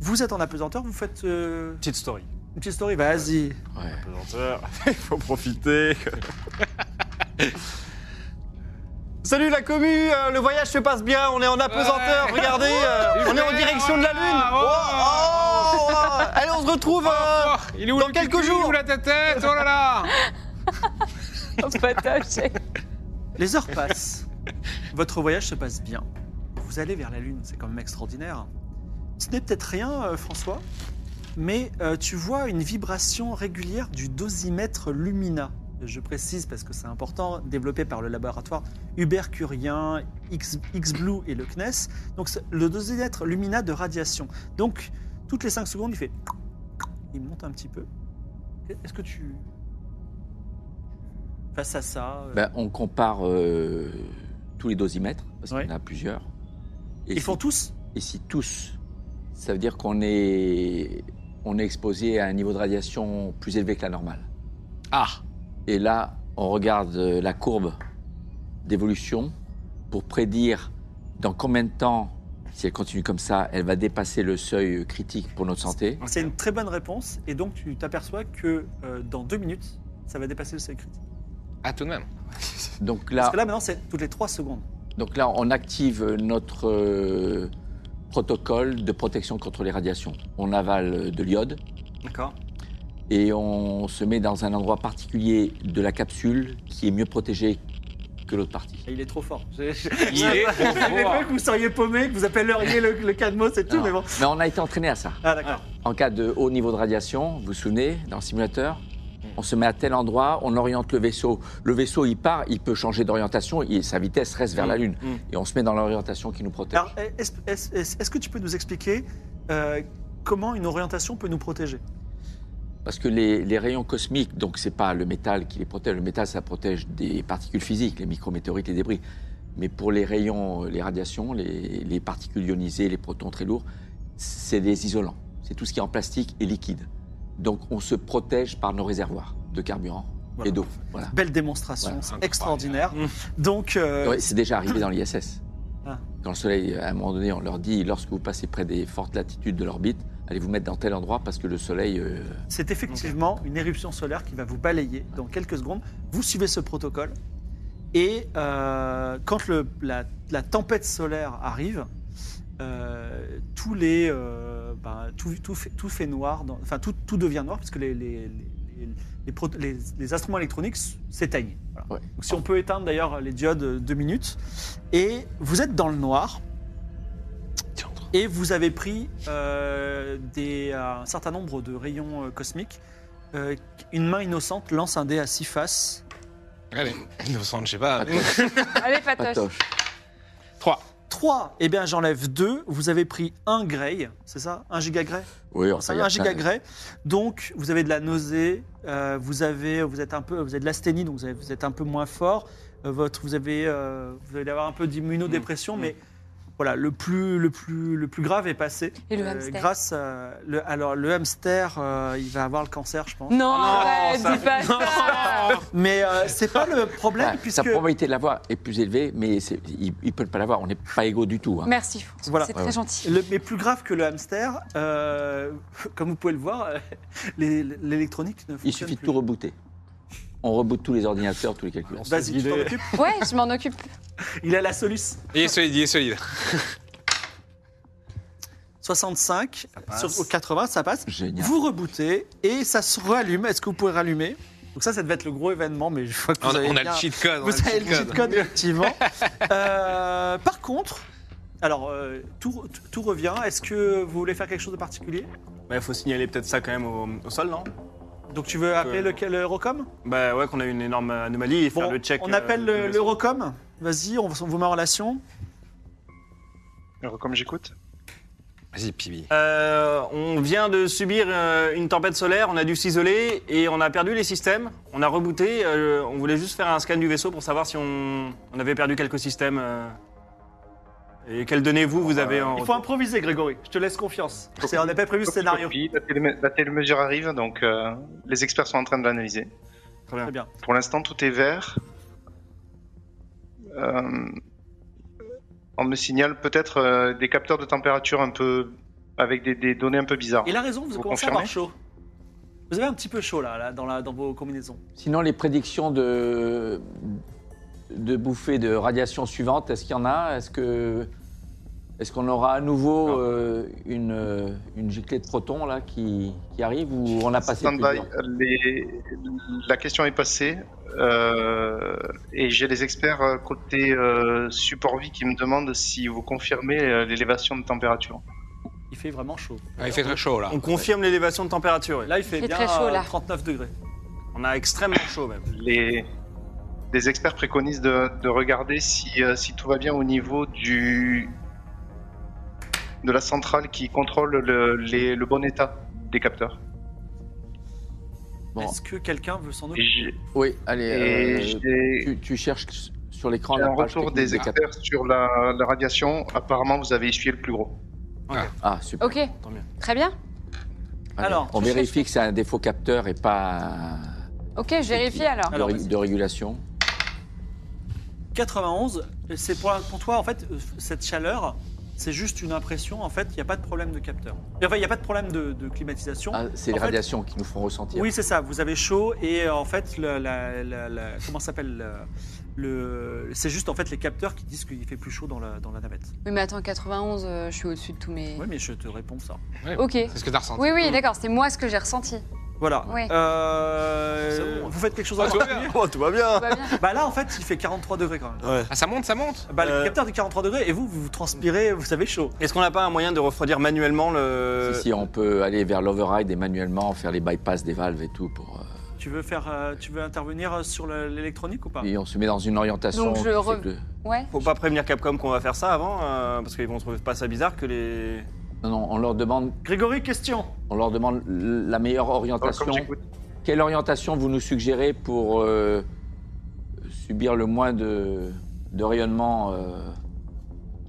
A: Vous êtes en apesanteur, vous faites euh,
D: Petite story.
A: une petite story, vas-y.
E: Ouais.
D: Pesanteur. Il faut profiter. Salut la commu, euh, le voyage se passe bien, on est en apesanteur,
B: Ouais.
D: regardez, euh, on est en
B: Super,
D: direction de la
B: voilà,
D: Lune.
B: oh,
D: Oh, oh, oh. Allez, on se retrouve. euh,
B: il est où
D: Dans
B: le
D: quelques
B: cucu, Il est
D: jours.
B: où la tête Oh là là
A: Les heures passent. Votre voyage se passe bien. Vous allez vers la Lune, c'est quand même extraordinaire. Ce n'est peut-être rien, euh, François, mais euh, tu vois une vibration régulière du dosimètre Lumina. Je précise parce que c'est important, développé par le laboratoire Hubert Curien, X, Blue et le CNES. Donc c'est le dosimètre Lumina de radiation. Donc toutes les 5 secondes, il fait. Il monte un petit peu. Est-ce que tu. Face à ça. euh,
E: Ben, on compare euh, tous les dosimètres, parce
A: Ouais.
E: qu'on en a plusieurs.
A: Ils
E: Et si-
A: font tous
E: Et si tous, ça veut dire qu'on est, on est exposé à un niveau de radiation plus élevé que la normale.
B: Ah
E: Et là, on regarde euh, la courbe d'évolution pour prédire dans combien de temps, si elle continue comme ça, elle va dépasser le seuil critique pour notre santé.
A: C'est une très bonne réponse, et donc tu t'aperçois que euh, dans deux minutes, ça va dépasser le seuil critique.
B: Ah, tout de même.
E: Donc
A: Parce
E: là,
A: que là, maintenant, c'est toutes les trois secondes.
E: donc là on active notre euh, protocole de protection contre les radiations. On avale de l'iode.
A: D'accord.
E: et on se met dans un endroit particulier de la capsule qui est mieux protégé que l'autre partie.
A: Il est trop fort.
B: Il est trop
A: les
B: fort.
A: mecs, vous seriez paumé, que vous appelleriez le, le cas de mot, c'est tout,
E: Non.
A: mais bon.
E: Mais on a été entraîné à ça.
A: Ah, d'accord.
E: En cas de haut niveau de radiation, vous vous souvenez, dans le simulateur, on se met à tel endroit, on oriente le vaisseau. Le vaisseau, il part, il peut changer d'orientation et sa vitesse reste vers la Lune. Et on se met dans l'orientation qui nous protège.
A: Mm. Alors, est-ce est-ce- est-ce- est-ce que tu peux nous expliquer euh, comment une orientation peut nous protéger
E: Parce que les, les rayons cosmiques, donc c'est pas le métal qui les protège, le métal ça protège des particules physiques, les micrométéorites, les débris. Mais pour les rayons, euh, les radiations, les, les particules ionisées, les protons très lourds, c'est des isolants. C'est tout ce qui est en plastique et liquide. Donc on se protège par nos réservoirs de carburant
A: Voilà.
E: et d'eau. Voilà.
A: Belle démonstration,
E: Voilà.
A: c'est
B: Incroyable.
A: extraordinaire. Donc, euh,
E: Ouais, c'est déjà arrivé dans l'ISS.
A: Ah.
E: Quand le Soleil, à un moment donné, on leur dit, lorsque vous passez près des fortes latitudes de l'orbite, allez vous mettre dans tel endroit parce que le Soleil... euh,
A: C'est effectivement une éruption solaire qui va vous balayer dans quelques secondes. Vous suivez ce protocole. Et euh, quand le- la, la tempête solaire arrive, euh, tous les, euh, ben, tout, tout fait, tout fait noir, dans- enfin tout, tout devient noir parce que les, les, les- les pro- les- les instruments électroniques s'éteignent. Voilà.
E: Ouais.
A: Donc, si on peut éteindre d'ailleurs les diodes euh, deux minutes. Et vous êtes dans le noir. Et vous avez pris euh, des- un certain nombre de rayons euh, cosmiques Euh, une main innocente lance un dé à six faces.
B: Allez, innocente, je sais pas.
C: Allez, Patoche.
E: Patoche.
B: 3.
A: 3, eh bien j'enlève 2. Vous avez pris un grey, c'est ça Un giga grey
E: Oui,
A: Ça,
E: enfin, il y a
A: un giga
E: plein-
A: grey. Donc, vous avez de la nausée, euh, vous, avez, vous, êtes un peu, vous avez de l'asthénie, donc vous, avez- vous êtes un peu moins fort. Euh, votre, vous, avez, euh, vous allez avoir un peu d'immunodépression,
C: Mm.
A: mais voilà, le plus, le, plus, le plus grave est passé. Euh,
C: Et le hamster
A: Grâce à, le, alors, le hamster, euh, il va avoir le cancer, je pense.
C: Non,
D: Ah non,
C: arrête,
D: ça-
C: dis pas ça
A: Mais euh, c'est pas le problème,
E: Enfin, Sa
A: puisque.
E: probabilité de l'avoir est plus élevée, mais c'est- il ne peut pas l'avoir. On n'est pas égaux du tout. hein.
C: Merci, François,
A: Voilà.
C: c'est
E: Ouais,
C: très
E: ouais.
C: gentil.
A: Le- mais plus grave que le hamster, euh, comme vous pouvez le voir, euh, les- l'électronique ne fonctionne
E: Il suffit de
A: plus.
E: tout rebooter. On reboote tous les ordinateurs, tous les calculs.
A: Vas-y, tu t'en occupes.
C: Ouais, je m'en occupe.
A: Il a la soluce.
B: Il est solide, il est solide.
A: 65
B: passe.
A: sur 80, ça passe.
E: Génial.
A: Vous rebootez et ça se rallume. Est-ce que vous pouvez rallumer Donc ça, ça devait être le gros événement, mais je vois que vous
B: On, a-
A: avez
B: on a
A: bien-
B: le cheat code. on
A: Vous
B: a
A: avez le cheat code, effectivement. Euh, par contre, alors, euh, tout, tout revient. Est-ce que vous voulez faire quelque chose de particulier
D: Bah, il faut signaler peut-être ça quand même au, au sol, non
A: Donc tu veux appeler le, le Eurocom
D: Bah ouais, qu'on a eu une énorme anomalie et faire
A: Bon,
D: le check.
A: on
D: euh,
A: appelle
D: de-
A: le- l'Eurocom Vas-y, on, on vous met en relation.
F: Alors, comme j'écoute.
B: Vas-y, Pibi.
D: Euh, on vient de subir euh, une tempête solaire, on a dû s'isoler et on a perdu les systèmes. On a rebooté, euh, on voulait juste faire un scan du vaisseau pour savoir si on, on avait perdu quelques systèmes. euh, et quelles données vous, vous avez en
A: Euh, Il faut
D: retour.
A: improviser, Grégory. Je te laisse confiance. C'est- On n'a pas prévu ce scénario.
F: Copie, La, télé- la télémesure arrive, donc euh, les experts sont en train de l'analyser.
D: Très bien.
A: Très bien.
F: Pour l'instant, tout est vert. Euh, on me signale peut-être euh, des capteurs de température un peu. avec des, des données un peu bizarres.
A: Et la raison, vous,
F: Vous
A: commencez à
F: confirmez
A: avoir chaud. Vous avez un petit peu chaud là, là, dans, la- dans vos combinaisons.
E: Sinon, les prédictions de, de bouffées de radiation suivantes, est-ce qu'il y en a Est-ce que est-ce qu'on aura à nouveau
F: Ah.
E: euh, une, euh, une giclée de protons là, qui, qui arrive ou on a passé
F: Stand-by,
E: plusieurs
F: les- la question est passée. euh, et j'ai les experts euh, côté euh, support vie qui me demandent si vous confirmez euh, l'élévation de température.
A: Il fait vraiment chaud.
B: Ah, il fait très chaud là.
D: On confirme l'élévation de température. oui.
A: Là, il fait,
C: Il fait
A: bien
C: très chaud,
A: euh,
C: là.
A: 39 degrés.
D: On a extrêmement chaud même.
F: Les, les experts préconisent de, de regarder si, euh, si tout va bien au niveau du, de la centrale qui contrôle le, les- le bon état des capteurs.
E: Bon.
A: Est-ce que quelqu'un veut s'en
F: Et
A: occuper
F: j'ai-
E: Oui, allez.
F: et
E: euh,
F: j'ai-
E: tu, tu cherches sur l'écran
F: j'ai
E: la
F: un
E: page
F: retour
E: technique
F: des
E: cap-
F: experts sur la, la radiation. Apparemment, vous avez essuyé le plus gros.
E: Ah, super.
C: Ok,
D: Tant mieux.
C: très bien.
E: Allez,
A: Alors,
E: on
C: je cherche-
E: vérifie que c'est un défaut capteur et pas
C: Ok, je vérifie alors.
E: de,
A: Alors,
E: ré-
A: vas-y.
E: de régulation.
A: 91, c'est pour, pour toi, en fait, euh, cette chaleur, c'est juste une impression. En fait, il n'y a pas de problème de capteur. Enfin, il n'y a pas de problème de, de climatisation.
E: Ah, c'est
A: En
E: les
A: fait-
E: radiations qui nous font ressentir.
A: Oui, c'est ça. Vous avez chaud et euh, en fait, la, la- la- la- comment ça s'appelle la- le, C'est juste en fait les capteurs qui disent qu'il fait plus chaud dans la, dans la navette.
C: Oui, mais attends, 91, euh, je suis au-dessus de tous mes.
A: Oui, mais je te réponds ça.
C: Ok.
B: C'est ce que t'as ressenti.
C: Oui, oui, d'accord, c'est moi ce que j'ai ressenti.
A: Voilà.
C: Ouais.
A: Euh,
D: C'est bon.
A: Vous faites quelque chose en
B: Ah, tout va
A: particulier
B: bien.
D: Oh, tout va bien
C: Tout va bien.
A: Bah là, en fait, il fait 43 degrés quand même.
B: Ah, ça monte, ça monte.
A: Bah, le
D: Euh.
A: capteur dit 43 degrés et vous, vous transpirez, vous avez chaud.
D: Est-ce qu'on n'a pas un moyen de refroidir manuellement
A: euh,
D: le.
E: Si, si, on peut aller vers l'override et manuellement faire les bypass des valves et tout pour. euh,
A: Tu veux faire, euh, tu veux intervenir sur le- l'électronique ou pas
E: Et on se met dans une orientation.
C: Donc, je
E: qui fait
C: re-
E: que-
C: Ouais.
D: Faut pas prévenir Capcom qu'on va faire ça avant, euh, parce qu'ils vont trouver pas ça bizarre que les.
E: Non, non, on leur demande,
A: Grégory, question.
E: on leur demande l- la meilleure
F: Alors, comme
E: orientation.
F: j'écoute,
E: Quelle orientation vous nous suggérez pour euh, subir le moins de, de rayonnements euh,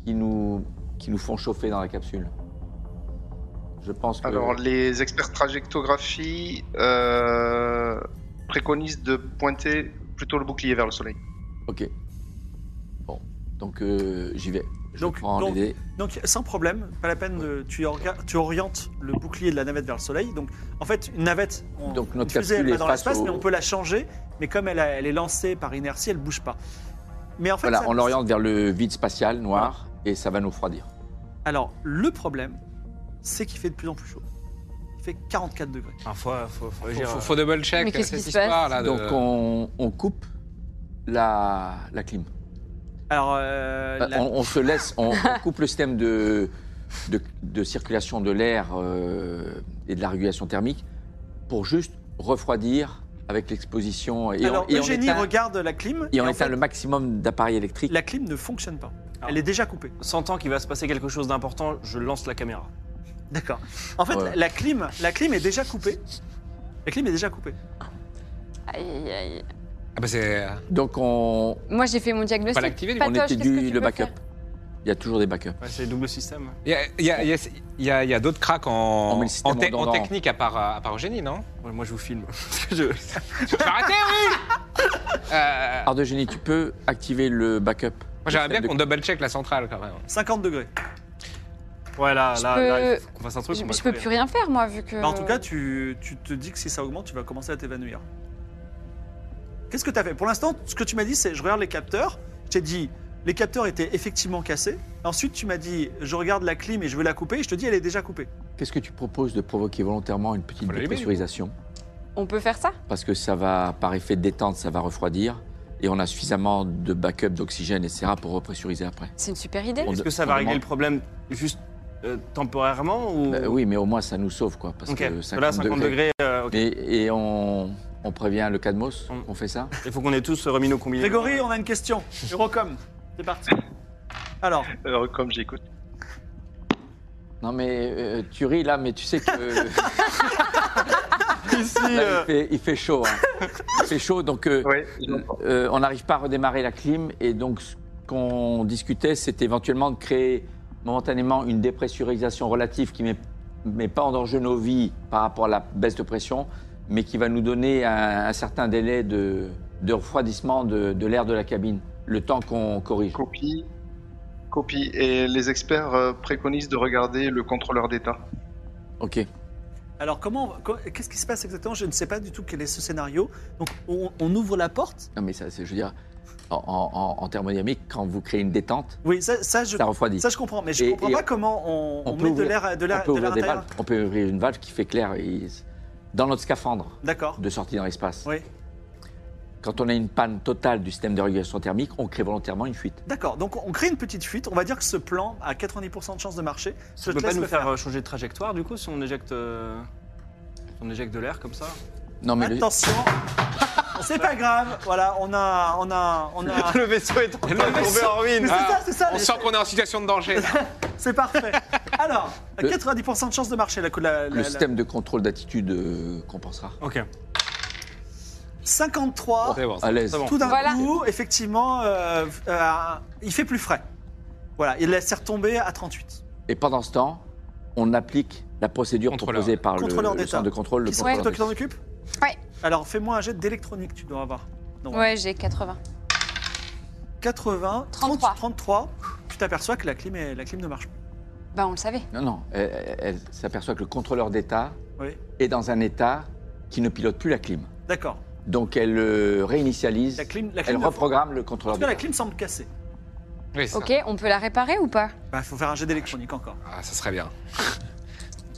E: qui, nous, qui nous font chauffer dans la capsule Je pense que.
F: Alors, les experts trajectographie euh, préconisent de pointer plutôt le bouclier vers le soleil.
E: Ok. Bon, donc euh, j'y vais. Je
A: Donc-
E: prends
A: donc-
E: les dés.
A: Donc sans problème, pas la peine. de- tu, orga- tu orientes le bouclier de la navette vers le soleil. Donc en fait, une navette, on,
E: Donc, notre
A: une fusée, elle
E: capsule
A: va
E: est
A: dans
E: face
A: l'espace,
E: au-
A: mais on peut la changer. Mais comme elle, a- elle est lancée par inertie, elle bouge pas. Mais en fait,
E: Voilà,
A: ça-
E: on l'oriente vers le vide spatial noir et ça va nous refroidir.
A: Alors le problème, c'est qu'il fait de plus en plus chaud. Il fait 44 degrés.
D: Enfin, faut, faut, faut
B: Faut,
D: agir,
B: faut-
D: euh,
B: faut double check
C: Mais qu'est-ce
B: cette
C: qui se
B: histoire
C: passe
B: là. de-
E: Donc on, on coupe la, la clim.
A: Alors euh,
E: Euh,
A: la-
E: On, on se laisse, on, on coupe le système de, de, de circulation de l'air euh, et de la régulation thermique pour juste refroidir avec l'exposition et,
A: Alors,
E: on, et on
A: Eugénie
E: éteint-
A: regarde la clim.
E: et on
A: en
E: éteint
A: fait,
E: le maximum d'appareils électriques.
A: La clim ne fonctionne pas.
D: Ah.
A: Elle est déjà coupée.
D: Sentant qu'il va se passer quelque chose d'important, je lance la caméra.
A: D'accord. En fait,
E: Ouais.
A: la, clim, la clim est déjà coupée. La clim est déjà coupée.
C: Aïe, aïe, aïe.
B: Ah bah c'est.
E: Donc on,
C: Moi, j'ai fait mon diagnostic.
B: Pas l'activer, du
E: on
C: Patoche, qu'est-ce que
E: étudie
C: tu
E: le
C: peux
E: backup.
C: faire
E: Il y a toujours des backups.
D: Ouais, c'est double système.
B: Il y a, il y a- il y a- il y a- il y a d'autres cracks
C: Oh,
E: On
B: en,
E: met le système
B: en te-
E: en
B: en
E: dedans.
B: technique à part, euh, à part Eugénie, non
D: Ouais, moi, je vous filme. Je-
B: Tu peux arrêter, oui
D: Ah.
B: Euh,
E: Alors, Eugénie, tu peux activer le backup.
B: Moi j'aimerais bien qu'on double-check la centrale quand même.
A: 50 degrés.
D: Ouais, là,
C: Je
D: là,
C: peux-
D: là, il faut qu'on fasse un truc. on
C: Je,
D: va hein.
C: je peux
D: crever.
C: plus rien faire, moi, vu que.
A: Bah, en tout cas, tu, tu te dis que si ça augmente, tu vas commencer à t'évanouir. Qu'est-ce que tu as fait Pour l'instant, ce que tu m'as dit, c'est je regarde les capteurs. Je t'ai dit, les capteurs étaient effectivement cassés. Ensuite, tu m'as dit, je regarde la clim et je vais la couper. Et je te dis, elle est déjà coupée.
E: Qu'est-ce que tu proposes de provoquer volontairement une petite
B: Faut l'allumer,
E: dépressurisation
C: On peut faire ça
E: Parce que ça va, par effet de détente, ça va refroidir. Et on a suffisamment de backup d'oxygène, etc., pour repressuriser après.
C: C'est une super idée.
E: On-
D: Est-ce que ça
E: on
D: va régler
E: demande-
D: le problème juste euh, temporairement ou...
E: Bah oui, mais au moins ça nous sauve, quoi. Parce
D: Ok,
E: que
D: parce que là, 50 degrés, euh, ok.
E: Et, et on, on prévient le Cadmos
D: On-
E: On fait ça
D: il faut qu'on ait tous euh, remis nos combinaisons.
A: Grégory, on a une question. Eurocom, c'est parti. Alors,
F: Euh, comme j'écoute.
E: Non, mais euh, tu ris là, mais tu sais que.
D: Ici,
E: Là,
D: euh,
E: il, fait, il fait chaud. hein. Il fait chaud, donc euh,
F: Ouais,
E: euh, on n'arrive pas à redémarrer la clim. Et donc, ce qu'on discutait, c'est éventuellement de créer momentanément une dépressurisation relative qui ne met, met pas en danger nos vies par rapport à la baisse de pression, mais qui va nous donner un, un certain délai de, de refroidissement de, de l'air de la cabine, le temps qu'on corrige.
F: copie. Copie. Et les experts euh, préconisent de regarder le contrôleur d'état.
E: Ok.
A: alors comment, co- qu'est-ce qui se passe exactement Je ne sais pas du tout quel est ce scénario. Donc, on, on ouvre la porte.
E: Non, mais ça, c'est, je veux dire, en, en- en- en thermodynamique, quand vous créez une détente,
A: Oui, ça, ça, je,
E: ça refroidit.
A: ça, je comprends. Mais je ne
E: Et-
A: comprends
E: et
A: pas comment on,
E: on
A: on
E: peut
A: met de
E: ouvrir-
A: l'air de
E: on
A: l'air
E: peut
A: de l'air
E: ouvrir des
A: intérieur.
E: valves. On peut ouvrir une valve qui fait clair et- dans notre scaphandre
A: D'accord.
E: de sortie dans l'espace.
A: Oui.
E: Quand on a une panne totale du système de régulation thermique, on crée volontairement une fuite.
A: D'accord, donc on crée une petite fuite. On va dire que ce plan a 90% de chances de marcher. Je
D: ça peut
A: te
D: pas
A: laisse
D: nous
A: le
D: faire,
A: faire.
D: euh, changer de trajectoire du coup si on éjecte, euh, si on éjecte de l'air comme ça
E: Non mais le-
A: Attention, c'est pas grave. Voilà, on a, on a, on a.
D: Ah. Le vaisseau est en train
B: Le
D: de tomber
B: vaisseau-
D: en
A: Mais
D: ruine.
A: c'est ça, c'est ça.
B: On
A: les-
B: sent qu'on est en situation de danger. là.
A: C'est parfait. Alors,
E: Le-
A: 90% de chances de marcher. La, la- la-
E: le
A: la-
E: système de contrôle d'attitude euh, compensera.
D: Ok.
A: 53.
B: C'est bon, ça.
E: À l'aise.
D: c'est bon.
A: Tout d'un
C: Voilà.
A: coup, effectivement, euh, euh, il fait plus frais. Voilà, il laisse retomber à 38.
E: Et pendant ce temps, on applique la procédure
B: Contrôleur.
E: proposée par le,
A: Contrôleur
E: le
A: d'État.
E: centre de contrôle. Le
A: Qui sont toi
E: contrôleur
A: qui t'en occupes
C: Ouais.
A: Alors, fais-moi un jet d'électronique, tu dois avoir. Non.
C: Ouais, j'ai 80.
A: 80,
C: 33.
A: 30, 33. Tu t'aperçois que la clim, est- la clim ne marche plus.
C: Bah, on le savait.
E: d'État. Non, non, elle, elle- elle s'aperçoit que le contrôleur d'État
A: Oui.
E: est dans un état qui ne pilote plus la clim.
A: D'accord.
E: Donc elle euh, réinitialise,
A: La clim, la clim
E: elle
A: ne-
E: reprogramme le
A: En
E: contrôleur
A: tout cas, la
E: d'État.
A: clim semble cassée.
B: Oui, c'est
C: Ok,
B: ça.
C: on peut la réparer ou pas
A: Bah, il faut faire un jet d'électronique encore.
B: Ah, ça serait bien.
E: Ah,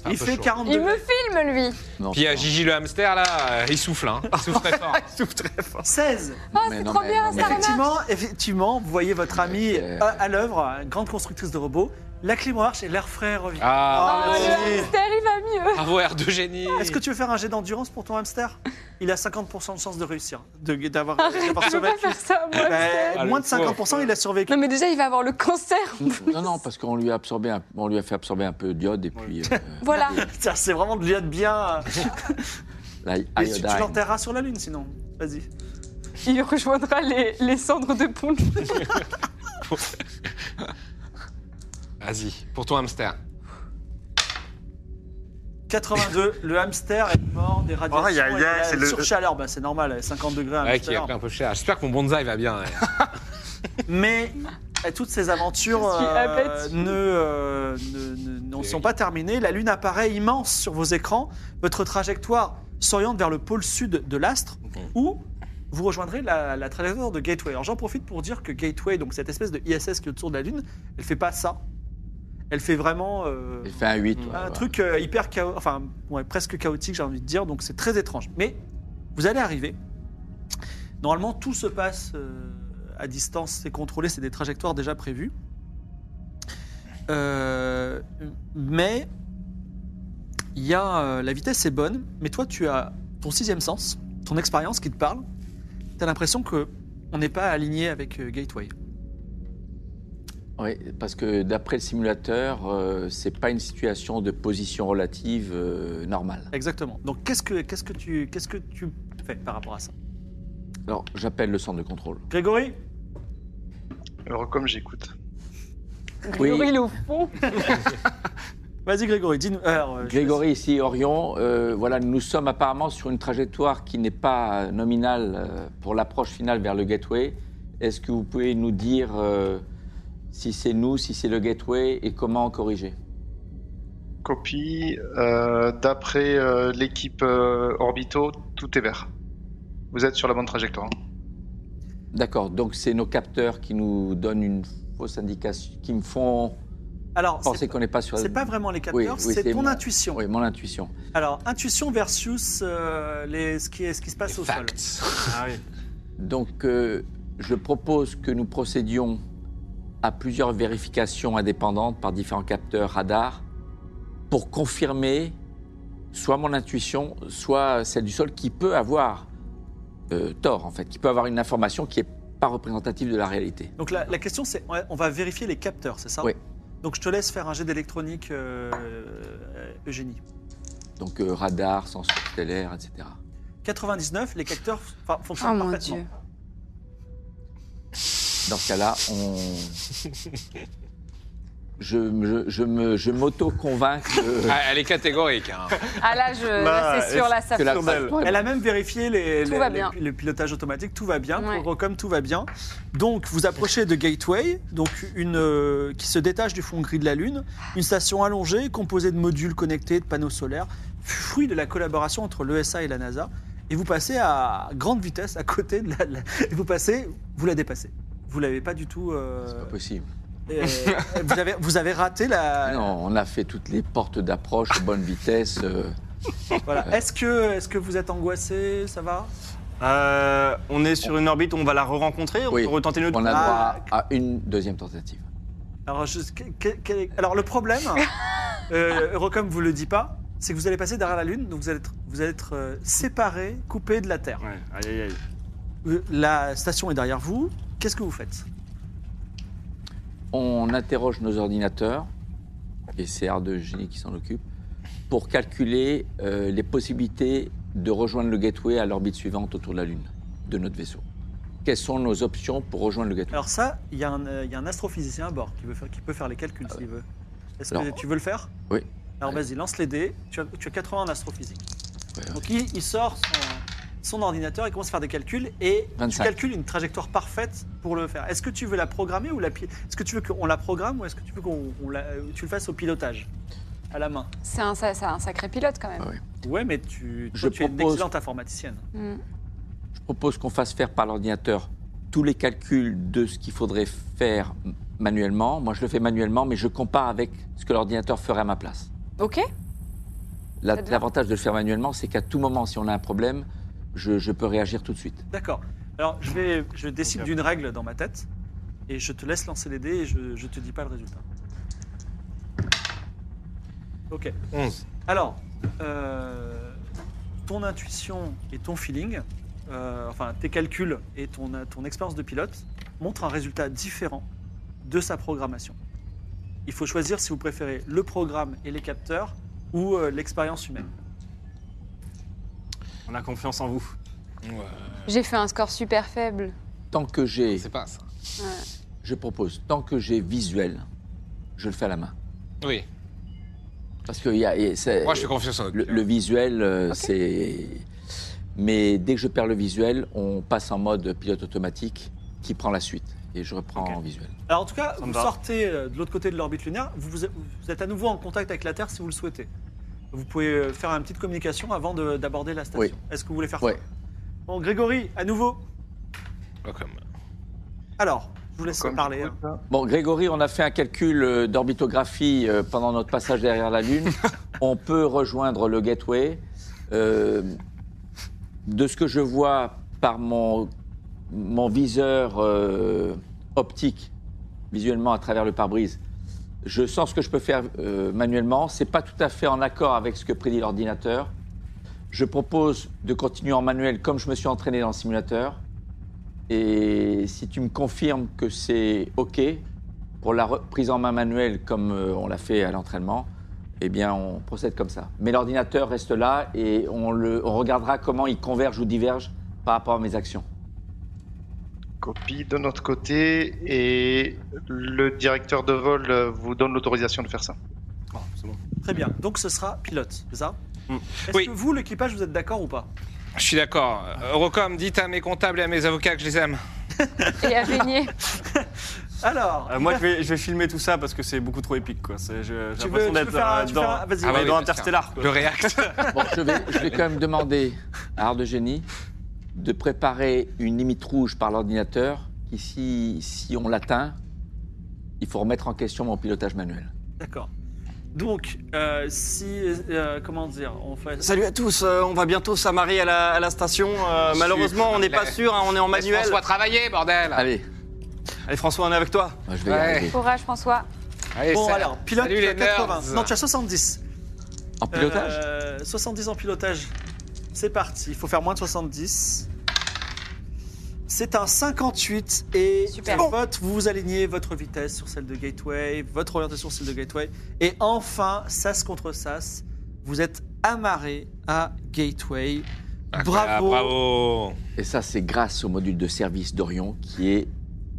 B: C'est un
A: Il
B: peu
A: fait
B: chaud.
A: 42.
C: Il me filme, lui
E: Non,
B: Puis il y a
E: non.
B: Gigi le hamster là, euh, il souffle, hein. il souffle très fort.
A: 16.
C: Ah,
E: Mais
C: c'est
E: non,
C: trop
E: mais
C: bien,
E: non,
C: ça
E: mais-
C: remarche
A: Effectivement, effectivement, vous voyez votre amie
E: Euh,
A: à, à l'œuvre, une grande constructrice de robots. La clim marche et l'air frais revient.
B: Ah,
C: Oh,
A: merci.
C: le hamster, il va mieux
B: bravo air de génie.
A: Est-ce que tu veux faire un jet d'endurance pour ton hamster Il a 50% de chance de réussir, de- d'avoir d'avoir
C: Je peux pas
A: survécu.
C: faire ça, moi,
A: Bah,
C: hamster
B: Ah, le
A: moins de 50%, il a survécu.
C: Non, mais déjà, il va avoir le cancer
E: Non, non, parce qu'on lui a absorbé, un- on lui a fait absorber un peu d'iode et puis euh,
C: Voilà
A: Ça, C'est vraiment de l'iode bien. euh,
C: Ah,
E: la
A: mais tu tu
E: iodine.
A: l'enterreras sur la lune sinon. Vas-y.
C: Il rejoindra les, les cendres de Ponch.
B: Vas-y, pour ton hamster.
A: 82, le hamster est mort des radiations.
F: Oh, Aïe, aïe,
A: et de
F: aïe,
A: la
F: c'est le-
A: Surchaleur, bah, c'est normal, 50 degrés. un
B: Ouais, qui a
A: hamster.
B: pris un peu cher. J'espère que mon bonsaï va bien. hein. ouais.
A: Mais euh, toutes ces aventures
C: Je suis
A: euh,
C: abattue.
A: ne, euh, ne- ne- n'en sont pas terminées. La Lune apparaît immense sur vos écrans. Votre trajectoire s'oriente vers le pôle sud de l'astre, où vous rejoindrez la, la trajectoire de Gateway. Alors j'en profite pour dire que Gateway, donc cette espèce de ISS qui est autour de la Lune, elle fait pas ça. Elle fait vraiment euh,
E: Il fait un 8.
D: Un
E: ouais,
A: un
E: ouais.
A: truc euh, hyper chaotique, enfin ouais, presque chaotique, j'ai envie de dire. Donc c'est très étrange. Mais vous allez arriver. Normalement, tout se passe euh, à distance, c'est contrôlé, c'est des trajectoires déjà prévues. Euh, mais il y a euh, la vitesse est bonne, mais toi tu as ton sixième sens, ton expérience qui te parle, t'as l'impression que on n'est pas aligné avec euh, Gateway.
E: Oui, parce que d'après le simulateur, euh, c'est pas une situation de position relative euh, normale.
A: Exactement. Donc qu'est-ce que qu'est-ce que tu qu'est-ce que tu fais par rapport à ça
E: Alors, j'appelle le centre de contrôle.
A: Grégory,
F: Alors, Euh, comme j'écoute.
E: Oui.
C: Grégory, il est au fond.
A: vas-y Grégory, dis-nous. alors, euh, je-
E: Grégory, ici Orion, euh, voilà, nous sommes apparemment sur une trajectoire qui n'est pas nominale euh, pour l'approche finale vers le Gateway. Est-ce que vous pouvez nous dire euh, si c'est nous, si c'est le Gateway et comment corriger
F: Copie, euh, d'après euh, l'équipe euh, Orbito, tout est vert. Vous êtes sur la bonne trajectoire. hein.
E: D'accord, donc c'est nos capteurs qui nous donnent une fausse indication, qui me font
A: Alors,
E: penser
A: c'est-
E: qu'on n'est pas sur.
A: c'est pas vraiment les capteurs,
E: oui,
A: c'est
E: c'est
A: ton
E: moi.
A: intuition.
E: Oui, mon intuition.
A: Alors, intuition versus euh, les, ce, qui est, ce qui se passe au sol.
D: Ah oui.
E: Donc, euh, je propose que nous procédions à plusieurs vérifications indépendantes par différents capteurs radars pour confirmer soit mon intuition, soit celle du sol qui peut avoir euh, tort, en fait, qui peut avoir une information qui n'est pas représentative de la réalité.
A: Donc la, la question c'est, ouais, on va vérifier les capteurs, c'est ça
E: Oui.
A: Donc je te laisse faire un jet d'électronique, euh, euh, Eugénie.
E: Donc, euh, radar, sensor stellaire, etc.
A: 99, les capteurs fa- fonctionnent
C: Oh mon
A: parfaitement.
C: dieu.
E: Dans ce cas-là, on. Je, je, je me- je m'auto-convainc que,
B: Ah, elle est catégorique. hein.
C: Ah là, je, là, c'est sûr, là, ça
E: Bah, que la
C: fout.
A: Elle a même vérifié les,
C: Tout
A: les-
C: va
A: les-
C: bien.
A: le pilotage automatique, tout va bien,
C: Ouais.
A: pour Rocom, tout va bien. Donc vous approchez de Gateway, donc une euh, qui se détache du fond gris de la Lune, une station allongée composée de modules connectés, de panneaux solaires, fruit de la collaboration entre l'ESA et la NASA. Et vous passez à grande vitesse à côté de la. de la- et vous passez, vous la dépassez. Vous l'avez pas du tout. euh,
E: C'est pas possible.
A: euh, vous, avez, vous avez raté la.
E: Non, on a fait toutes les portes d'approche, bonne vitesse. euh,
A: Voilà. Est-ce que, est que vous êtes angoissé Ça va
D: Euh, on est sur une orbite, on va la re-rencontrer, on
E: Oui.
D: peut retenter notre
E: On
A: Ah.
E: a droit à une deuxième tentative.
A: Alors, je- que- que- quel- alors, le problème, euh, Eurocom vous le dit pas, c'est que vous allez passer derrière la Lune, donc vous allez être, vous allez être euh, séparés, coupés de la Terre.
D: Ah. Ouais, aïe, aïe, aïe.
A: Euh, La station est derrière vous. Qu'est-ce que vous faites
E: On interroge nos ordinateurs, et c'est R2 Génie qui s'en occupe, pour calculer euh, les possibilités de rejoindre le gateway à l'orbite suivante autour de la Lune, de notre vaisseau. Quelles sont nos options pour rejoindre le gateway
A: Alors ça, il y, a un, euh, il y a un astrophysicien à bord qui, veut faire, qui peut faire les calculs s'il veut. Est-ce que
E: Ah Alors-
A: tu veux le faire
E: Oui.
A: Alors
E: Ouais.
A: vas-y, lance les dés. Tu as, tu as 80 en astrophysique.
E: Ouais, ouais.
A: Donc il, il sort son, son ordinateur, il commence à faire des calculs et tu
E: 25.
A: calcules une trajectoire parfaite pour le faire. Est-ce que tu veux la programmer ou la pi- Est-ce que tu veux qu'on la programme ou est-ce que tu veux qu'on on la- tu le fasses au pilotage à la main
C: C'est un, ça- ça- un sacré pilote quand même.
E: Ouais.
A: Ouais, mais tu, toi,
E: Je
A: tu es une
E: propose-
A: excellente informaticienne.
C: Mm.
E: Je propose qu'on fasse faire par l'ordinateur tous les calculs de ce qu'il faudrait faire manuellement. Moi, je le fais manuellement, mais je compare avec ce que l'ordinateur ferait à ma place.
C: Ok.
E: La-
C: Ça te va
E: L'avantage de le faire manuellement, c'est qu'à tout moment, si on a un problème, je- je peux réagir tout de suite.
A: D'accord. Alors je vais, je décide
D: Ok.
A: d'une règle dans ma tête et je te laisse lancer les dés et je, je te dis pas le résultat. Ok.
B: 11.
A: Alors, euh, ton intuition et ton feeling, euh, enfin tes calculs et ton, ton expérience de pilote montrent un résultat différent de sa programmation. Il faut choisir si vous préférez le programme et les capteurs ou euh, l'expérience humaine.
D: On a confiance en vous.
C: J'ai fait un score super faible.
E: Tant que j'ai,
B: C'est pas ça.
E: je propose, tant que j'ai visuel, je le fais à la main.
B: Oui.
E: Parce que il y a, et c'est-
B: Euh, Moi, je fais confiance en
E: le, le visuel, euh, c'est. Mais dès que je perds le visuel, on passe en mode pilote automatique qui prend la suite. Et je reprends en visuel.
A: Alors en tout cas,
D: me
A: vous
D: va.
A: sortez euh, de l'autre côté de l'orbite lunaire, vous, vous êtes- vous êtes à nouveau en contact avec la Terre si vous le souhaitez. Vous pouvez euh, faire une petite communication avant de- d'aborder la station.
E: Oui.
A: Est-ce que vous voulez faire
E: Ouais.
A: ça Bon, Grégory, à nouveau. Alors, je vous laisse
F: Comme
A: parler. hein.
F: j'écoute, hein. là.
E: Bon, Grégory, on a fait un calcul euh, d'orbitographie euh, pendant notre passage derrière la Lune. on peut rejoindre le Gateway. Euh, de ce que je vois par mon, mon viseur euh, optique, visuellement à travers le pare-brise, je sens ce que je peux faire euh, manuellement. C'est pas tout à fait en accord avec ce que prédit l'ordinateur. Je propose de continuer en manuel comme je me suis entraîné dans le simulateur. Et si tu me confirmes que c'est OK pour la reprise en main manuelle comme euh, on l'a fait à l'entraînement, eh bien on procède comme ça. Mais l'ordinateur reste là et on, le, on regardera comment il converge ou diverge par rapport à mes actions.
F: Copie de notre côté et le directeur de vol euh, vous donne l'autorisation de faire ça.
B: Bon, c'est bon.
A: Très bien. Donc ce sera pilote, c'est ça
B: Mm.
A: Est-ce
B: Oui.
A: que vous, l'équipage, vous êtes d'accord ou pas
B: Je suis d'accord. Eurocom, dites à mes comptables et à mes avocats que je les aime.
C: Et à régner.
A: Alors,
D: Euh, moi, je vais, je vais filmer tout ça parce que c'est beaucoup trop épique, quoi. C'est- je- J'ai
A: tu veux,
D: l'impression
A: tu veux
D: d'être
A: faire un...
D: euh,
A: tu
D: dans,
A: fais un- Vas-y.
B: Ah
D: on est
B: bah oui,
D: dans
B: bien sûr.
D: Interstellar. quoi.
B: Le React.
E: Bon, je vais, je vais quand même demander à Art de Génie de préparer une limite rouge par l'ordinateur qui, si, si on l'atteint, il faut remettre en question mon pilotage manuel.
A: D'accord. Donc, euh, si... euh, comment dire On fait...
D: Salut à tous, euh, on va bientôt s'amarrer à la, à la station. Euh,
B: Super.
D: malheureusement, on n'est pas
B: La-
D: sûr, hein, on est en manuel.
B: Laisse François travailler, bordel.
E: Allez,
D: Allez, François, on est avec toi.
E: moi, je vais
B: Ouais.
E: y arriver.
C: Courage, François.
B: Allez,
A: Bon,
B: salut.
A: alors, pilote,
B: Salut
A: tu as
B: les
A: 80.
B: nerds.
A: Non, tu as 70.
E: En pilotage
A: Euh, 70 en pilotage. C'est parti, il faut faire moins de 70. C'est un 58 et
C: Super.
A: sur votre- vous alignez votre vitesse sur celle de Gateway, votre orientation sur celle de Gateway. Et enfin, sas contre sas, vous êtes amarré à Gateway.
B: Ah,
A: Bravo.
B: bravo.
E: Et ça, c'est grâce au module de service d'Orion qui est.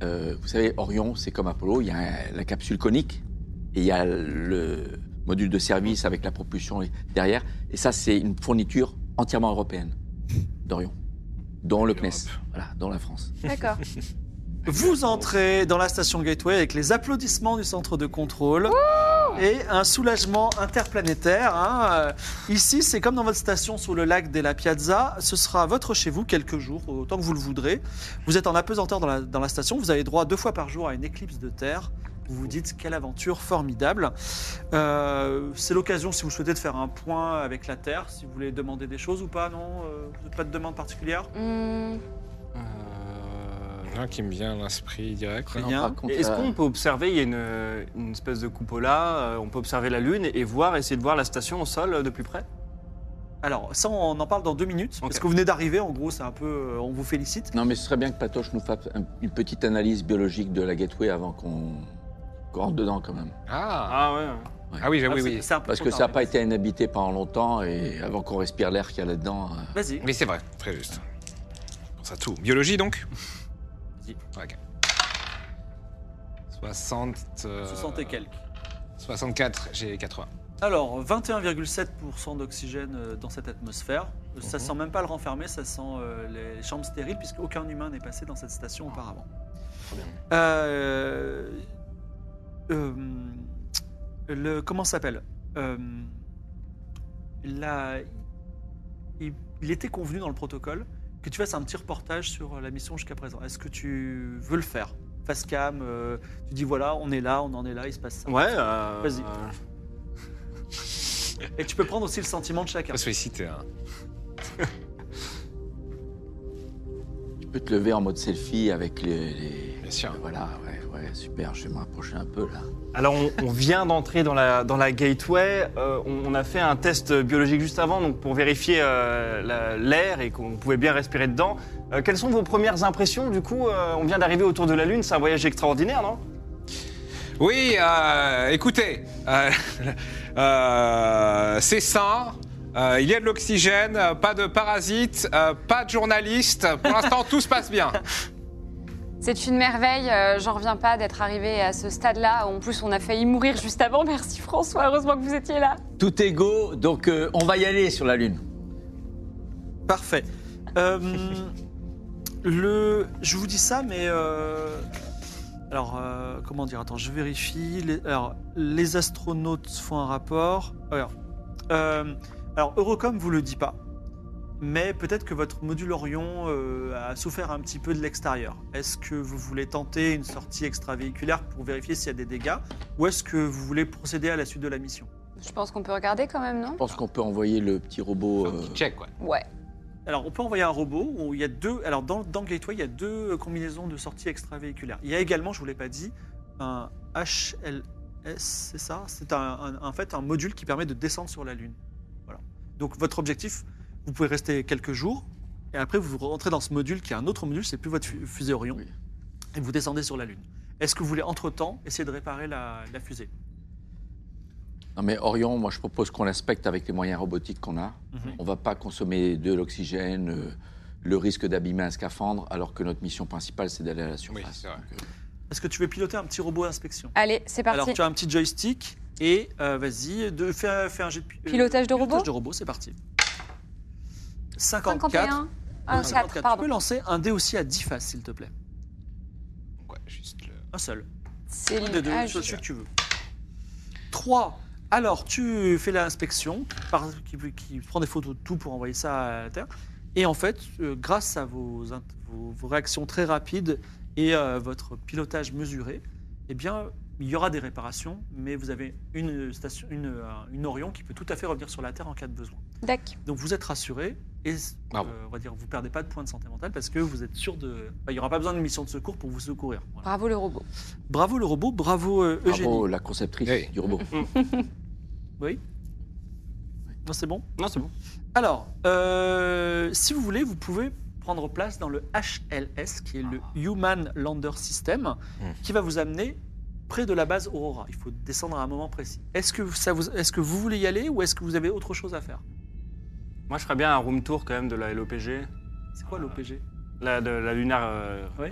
E: euh, vous savez, Orion, c'est comme Apollo, il y a un- la capsule conique et il y a le module de service avec la propulsion et- derrière. Et ça, c'est une fourniture entièrement européenne d'Orion, dont le CNES, voilà, dont la France.
C: D'accord.
A: Vous entrez dans la station Gateway avec les applaudissements du centre de contrôle et un soulagement interplanétaire. hein. Euh, Ici, c'est comme dans votre station sur le lac de la Piazza. Ce sera votre chez vous quelques jours, autant que vous le voudrez. Vous êtes en apesanteur dans la, dans la station. Vous avez droit deux fois par jour à une éclipse de Terre. Vous vous dites quelle aventure formidable. Euh, c'est l'occasion, si vous souhaitez, de faire un point avec la Terre, si vous voulez demander des choses ou pas, non Euh, vous n'avez Pas de demande particulière
C: Hum,
B: Euh, Rien qui me vient à l'esprit direct.
A: Rien.
E: Non, par contre,
D: Est-ce
E: euh,
D: qu'on peut observer, il y a une, euh, une espèce de coupola, euh, on peut observer la Lune et voir, essayer de voir la station au sol euh, de plus près
A: Alors, ça, on en parle dans deux minutes. Parce
D: Ok.
A: que vous venez d'arriver, en gros, c'est un peu. euh, On vous félicite.
E: Non, mais ce serait bien que Patoche nous fasse un- une petite analyse biologique de la Gateway avant qu'on qu'on rentre dedans quand même.
B: Ah.
D: Ah ouais.
B: Ah oui, j'ai-
A: Ah,
B: oui,
A: c'est-
B: oui.
A: c'est un peu
E: Parce
A: trop
E: que
A: tard,
E: ça n'a pas
A: mais-
E: été inhabité pendant longtemps et avant qu'on respire l'air qu'il y a là-dedans. euh,
A: Vas-y.
B: Oui, c'est vrai, très juste. Je pense à tout. Biologie donc
A: Vas-y.
B: Ok. 60. euh,
A: 60 et quelques.
B: 64, j'ai 80.
A: Alors, 21,7% d'oxygène euh, dans cette atmosphère. Euh, Ça sent même pas le renfermer, ça sent euh, les chambres stériles, puisqu'aucun humain n'est passé dans cette station auparavant. Euh, euh, le, comment ça s'appelle Euh, la- il, il était convenu dans le protocole que tu fasses un petit reportage sur euh, la mission jusqu'à présent. Est-ce que tu veux le faire Face cam, euh, tu dis voilà, on est là, on en est là, il se passe ça.
D: Ouais. euh,
A: Vas-y.
D: euh,
A: Et tu peux prendre aussi le sentiment de chacun.
B: Pas sollicité. Hein.
E: Tu peux te lever en mode selfie avec les. les-
B: Bien sûr.
E: Voilà, ouais, ouais, super, je vais me rapprocher un peu là.
D: Alors, on, on vient d'entrer dans la, dans la gateway. euh, on, on a fait un test biologique juste avant, donc pour vérifier euh, la- l'air et qu'on pouvait bien respirer dedans. Euh, quelles sont vos premières impressions Du coup, euh, on vient d'arriver autour de la Lune. C'est un voyage extraordinaire, non
B: Oui, euh, écoutez, euh, euh, c'est sain. euh, il y a de l'oxygène, euh, pas de parasites, euh, pas de journalistes. Pour l'instant, tout se passe bien.
C: C'est une merveille, euh, j'en reviens pas d'être arrivé à ce stade-là. En plus, on a failli mourir juste avant. Merci François, heureusement que vous étiez là.
E: Tout est go, donc euh, on va y aller sur la Lune.
A: Parfait. Euh, le, je vous dis ça, mais euh, alors euh, comment dire Attends, je vérifie. Les, alors, les astronautes font un rapport. Alors, euh, alors, Eurocom vous le dit pas, mais peut-être que votre module Orion euh, a souffert un petit peu de l'extérieur. Est-ce que vous voulez tenter une sortie extravéhiculaire pour vérifier s'il y a des dégâts, ou est-ce que vous voulez procéder à la suite de la mission
C: Je pense qu'on peut regarder quand même, non
E: Je pense qu'on peut envoyer le petit robot. euh,
B: Check, quoi.
C: Ouais.
A: Alors, on peut envoyer un robot. Où il y a deux. Alors, dans, dans Gateway, il y a deux euh, combinaisons de sorties extravéhiculaires. Il y a également, je vous l'ai pas dit, un HLS, c'est ça C'est un, un- en fait un module qui permet de descendre sur la Lune. Voilà. Donc, votre objectif, Vous pouvez rester quelques jours et après vous rentrez dans ce module qui est un autre module, c'est plus votre fu- fusée Orion,
E: Oui.
A: et vous descendez sur la Lune. Est-ce que vous voulez entre-temps essayer de réparer la, la fusée
E: Non mais Orion, moi je propose qu'on l'inspecte avec les moyens robotiques qu'on a.
A: Mhm.
E: On ne va pas consommer de l'oxygène, euh, le risque d'abîmer un scaphandre, alors que notre mission principale c'est d'aller à la surface.
B: c'est vrai.
E: Donc, euh,
A: Est-ce que tu veux piloter un petit robot d'inspection
C: Allez, c'est parti.
A: Alors tu as un petit joystick et euh, vas-y, de- fais, un- fais un jet de pi- euh,
C: Pilotage de robot
A: Pilotage de robot, c'est parti. 54.
C: 51.
A: Euh,
C: Ah,
A: 54.
C: 4,
A: Tu peux
C: pardon.
A: lancer un dé aussi à 10 faces, s'il te plaît.
B: Ouais, juste le-
A: Un seul.
C: C'est
A: Un des deux,
C: ah,
A: celui
C: je-
A: que tu veux. 3. Alors, tu fais l'inspection, par- qui, qui prend des photos de tout pour envoyer ça à la Terre. Et en fait, euh, grâce à vos, int- vos- vos réactions très rapides et euh, votre pilotage mesuré, eh bien, il y aura des réparations, mais vous avez une, station, une, euh, une Orion qui peut tout à fait revenir sur la Terre en cas de besoin.
C: Dac.
A: Donc vous êtes rassuré et
B: Bravo.
A: euh, on va dire vous perdez pas de points de santé mentale parce que vous êtes sûr de. enfin, il n'y aura pas besoin d'une mission de secours pour vous secourir. Voilà.
C: Bravo le robot.
A: Bravo le robot, bravo euh, Eugénie.
E: Bravo la conceptrice
B: Oui.
E: du robot.
A: Non, c'est bon.
D: Non, c'est bon.
A: Alors, euh, si vous voulez, vous pouvez prendre place dans le HLS, qui est le Human Lander System, qui va vous amener près de la base Aurora. Il faut descendre à un moment précis. Est-ce que, ça vous, est-ce que vous voulez y aller ou est-ce que vous avez autre chose à faire
D: Moi, je ferais bien un room tour quand même de la LOPG,
A: C'est quoi l'OPG
D: la, de la Lunar euh,
A: Oui.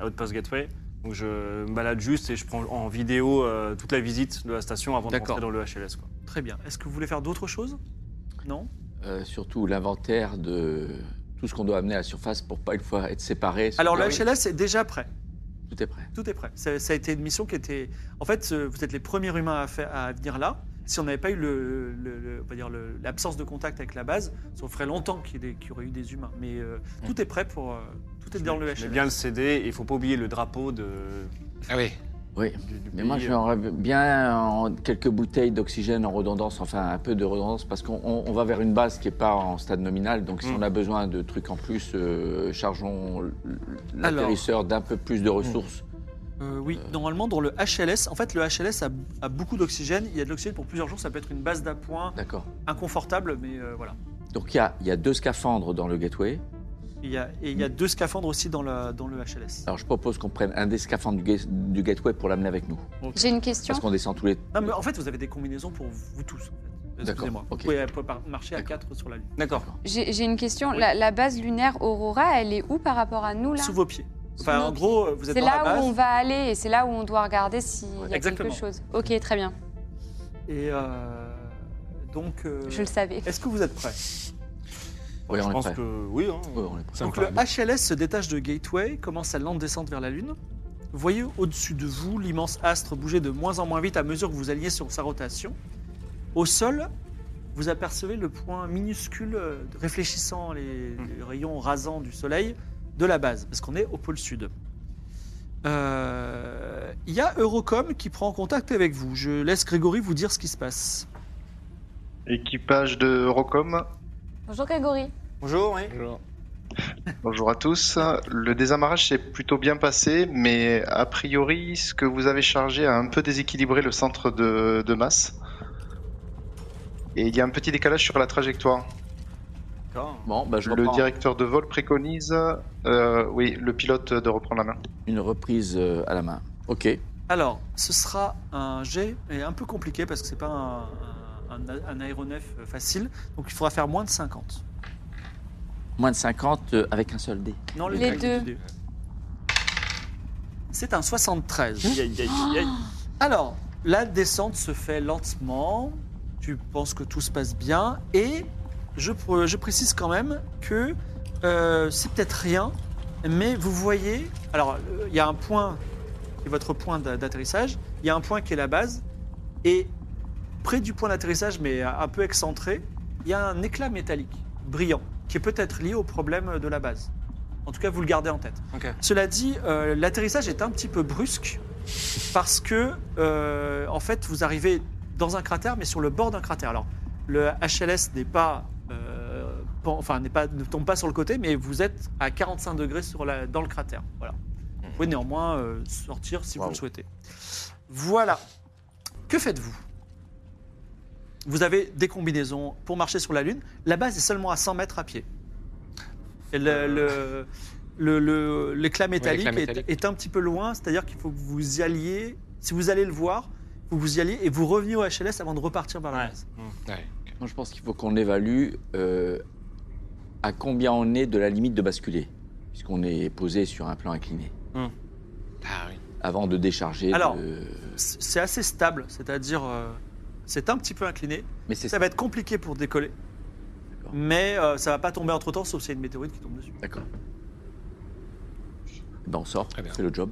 D: euh, Outpost Gateway. Donc, je me balade juste et je prends en vidéo euh, toute la visite de la station avant de
A: D'accord.
D: rentrer dans le HLS. Quoi.
A: Très bien. Est-ce que vous voulez faire d'autres choses Non
E: Euh, surtout l'inventaire de tout ce qu'on doit amener à la surface pour pas une fois être séparé. se-
A: Alors, le
E: Ah oui,
A: HLS est déjà prêt.
E: tout est prêt.
A: Tout est prêt. Ça, ça a été une mission qui était. En fait, euh, vous êtes les premiers humains à, faire- à venir là. Si on n'avait pas eu le, le- le- on va dire le- l'absence de contact avec la base, ça ferait longtemps qu'il y, ait des- qu'il y aurait eu des humains. Mais euh, tout est prêt pour. euh, tout est dans le
D: Je mets
A: HLS.
D: bien le CD et il faut pas oublier le drapeau de,
B: Ah oui,
E: Oui.
D: du, du
E: Mais
D: pays. euh,
E: moi, j'aurais bien en- quelques bouteilles d'oxygène en redondance, enfin un peu de redondance, parce qu'on on- on va vers une base qui n'est pas en stade nominal. Donc, si
D: Mm.
E: on a besoin de trucs en plus, euh, chargeons l- l-
A: Alors.
E: l'atterrisseur d'un peu plus de ressources.
D: Mm.
A: Euh, oui, normalement, dans le HLS, en fait, le HLS a, a beaucoup d'oxygène. Il y a de l'oxygène pour plusieurs jours. Ça peut être une base d'appoint
E: D'accord.
A: inconfortable, mais euh, voilà.
E: Donc, il y a, il y a deux scaphandres dans le gateway.
A: Il y a, et il y a deux scaphandres aussi dans, la- dans le HLS.
E: Alors, je propose qu'on prenne un des scaphandres du, ga- du gateway pour l'amener avec nous.
C: J'ai une question.
E: Parce qu'on descend tous les.
A: Non, mais en fait, vous avez des combinaisons pour vous tous. en fait.
E: D'accord,
A: Excusez-moi.
E: ok.
A: Vous pouvez, vous pouvez par- marcher à
E: D'accord.
A: quatre sur la Lune.
D: D'accord.
C: J'ai j'ai une question. La, la base lunaire Aurora, elle est où par rapport à nous là
A: Sous vos pieds. Enfin,
C: Sous nos
A: en gros, vous êtes
C: C'est
A: dans la
C: là où
A: base.
C: on va aller et c'est là où on doit regarder s'il y a
A: Exactement.
C: quelque chose. Ok, très bien.
A: Et euh, donc, euh,
C: Je le savais.
A: est-ce que vous êtes prêts
E: Oui,
D: je
E: on est
D: pense
E: prêt.
D: que oui. hein.
E: Oui, on est prêt.
D: Ça me
A: Donc
D: paraît
A: le
D: bien.
A: HLS se détache de Gateway, commence sa lente descente vers la Lune. Voyez au-dessus de vous l'immense astre bouger de moins en moins vite à mesure que vous alliez sur sa rotation. Au sol, vous apercevez le point minuscule euh, réfléchissant les, les rayons rasants du Soleil de la base, parce qu'on est au pôle sud. Euh, Il y a Eurocom qui prend contact avec vous. Je laisse Grégory vous dire ce qui se passe.
F: Équipage de Rocom,
C: Bonjour Grégory.
D: Bonjour, oui.
F: bonjour à tous. Le désamarrage s'est plutôt bien passé, mais a priori, ce que vous avez chargé a un peu déséquilibré le centre de, de masse. Et il y a un petit décalage sur la trajectoire.
D: D'accord.
E: Bon, bah, je
F: Le
E: reprends
F: directeur de vol préconise, euh, oui, le pilote de reprendre la main.
E: une reprise euh, à la main. Ok.
A: Alors, ce sera un jet, et un peu compliqué parce que c'est pas un, un- un- un aéronef euh, facile, donc il faudra faire moins de 50.
E: Moins de 50 euh, avec un seul dé.
A: Non,
C: Les
A: deux.
C: deux.
A: deux. E. C'est un 73.
D: Aïe, aïe, aïe, aïe.
A: Alors, la descente se fait lentement, tu penses que tout se passe bien, et je, pr- je précise quand même que euh, c'est peut-être rien, mais vous voyez, alors euh, il y a un point qui est votre point d'a- d'atterrissage, il y a un point qui est la base, et près du point d'atterrissage, mais un un peu excentré, il y a un éclat métallique brillant, qui est peut-être lié au problème de la base. En tout cas, vous le gardez en tête.
D: Ok.
A: Cela dit, euh, l'atterrissage est un petit peu brusque parce que, euh, en fait, vous arrivez dans un cratère, mais sur le bord d'un cratère. Alors, le HLS n'est pas, euh, pan- enfin, n'est pas, ne tombe pas sur le côté, mais vous êtes à 45 degrés sur la, dans le cratère. Voilà. Vous pouvez néanmoins euh, sortir si vous
E: Wow.
A: le souhaitez. Voilà. Que faites-vous Vous avez des combinaisons pour marcher sur la Lune. La base est seulement à 100 mètres à pied. Et le, le- le- le- l'éclat métallique,
B: l'éclat
A: est-
B: métallique.
A: Est, un petit peu loin, c'est-à-dire qu'il faut que vous y alliez. Si vous allez le voir, vous vous y alliez et vous reveniez au HLS avant de repartir vers la
D: Ouais.
A: base.
B: Ouais.
E: Moi, je pense qu'il faut qu'on évalue euh, à combien on est de la limite de basculer, puisqu'on est posé sur un plan incliné,
B: Ah oui.
E: avant de décharger.
A: Alors,
E: de-
A: C'est c'est assez stable, c'est-à-dire euh, c'est un petit peu incliné.
E: Mais c'est
A: Ça va être compliqué pour décoller,
E: D'accord.
A: mais euh, ça va pas tomber entre temps sauf s'il y a une météorite qui tombe dessus.
E: D'accord. Ben, on sort,
B: Très bien.
E: c'est le job.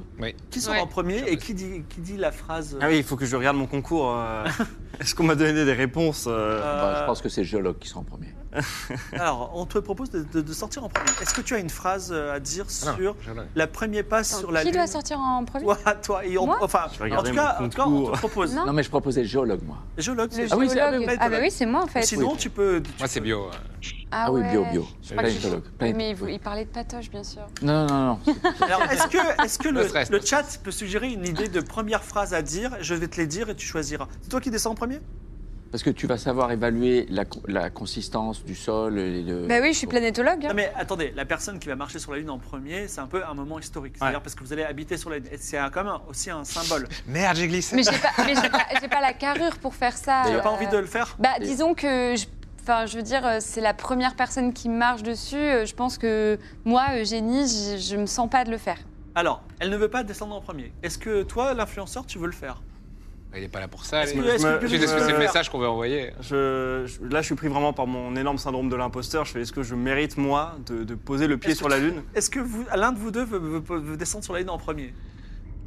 A: Qui sort
C: Ouais.
A: en premier
B: Sure,
A: et
B: vas-y.
A: qui dit, qui dit la phrase
D: Ah oui, il faut que je regarde mon concours. euh, Est-ce qu'on m'a donné des réponses euh,
A: euh,
E: Ben, je pense que c'est le géologue qui sera en premier.
A: Alors, on te propose de, de- de sortir en premier. Est-ce que tu as une phrase euh, à dire
B: Ah non,
A: sur
B: je l'ai.
A: la première passe sur la
C: qui
A: lune
C: doit sortir en premier
A: Toi, toi, et on-
C: Moi
A: enfin,
D: Je vais
A: en
D: regarder
A: tout, cas,
D: mon
A: en tout cas, on
D: concours.
A: te propose.
C: Non.
E: Non, mais je proposais le géologue, moi.
A: Géologue,
C: Le
A: c'est-
E: Ah oui, c'est-
C: géologue.
A: ah oui.
C: Ah bah oui, c'est moi en fait.
A: Sinon,
E: Oui.
A: tu peux.
B: Moi, c'est bio. euh.
E: Ah, oui,
C: ouais.
E: bio, bio.
C: Je crois que je-
E: Planétologue.
C: Oui, mais il, faut-
E: Oui.
C: il parlait de patoche, bien sûr.
E: Non, non, non. non.
A: Alors, est-ce que, est-ce que le,
B: Le stress,
A: le
B: le
A: chat peut suggérer une idée de première phrase à dire Je vais te les dire et tu choisiras. C'est toi qui descends en premier
E: Parce que tu vas savoir évaluer la, co- la consistance du sol. Et le...
C: Bah oui, je suis planétologue. hein.
A: Non, mais attendez, la personne qui va marcher sur la lune en premier, c'est un peu un moment historique. C'est-à-dire parce que vous allez habiter sur la lune. Et C'est un- quand même un- aussi un symbole.
B: Merde, j'ai glissé.
C: Mais j'ai pas, mais j'ai pas, j'ai pas la carrure pour faire ça.
A: Tu n'as
C: euh,
A: pas envie de le faire
C: Bah, disons que, je, enfin, je veux dire, euh, c'est la première personne qui marche dessus. euh, Je pense que moi, Eugénie, je, je me sens pas de le faire.
A: Alors, elle ne veut pas descendre en premier. Est-ce que toi, l'influenceur, tu veux le faire
B: Il n'est pas là pour ça.
A: Est-ce
B: lui.
A: que- est-ce que le
D: Je
B: Juste,
A: public euh,
B: Est-ce que
A: veut
B: c'est
A: le
B: le
A: faire
B: message qu'on veut envoyer
D: je- je- là, je suis pris vraiment par mon énorme syndrome de l'imposteur. Je fais est-ce que je mérite, moi, de, de poser le pied
A: Est-ce
D: sur
A: que-
D: la Lune
A: Est-ce que vous, l'un de vous deux veut, veut- veut descendre sur la lune en premier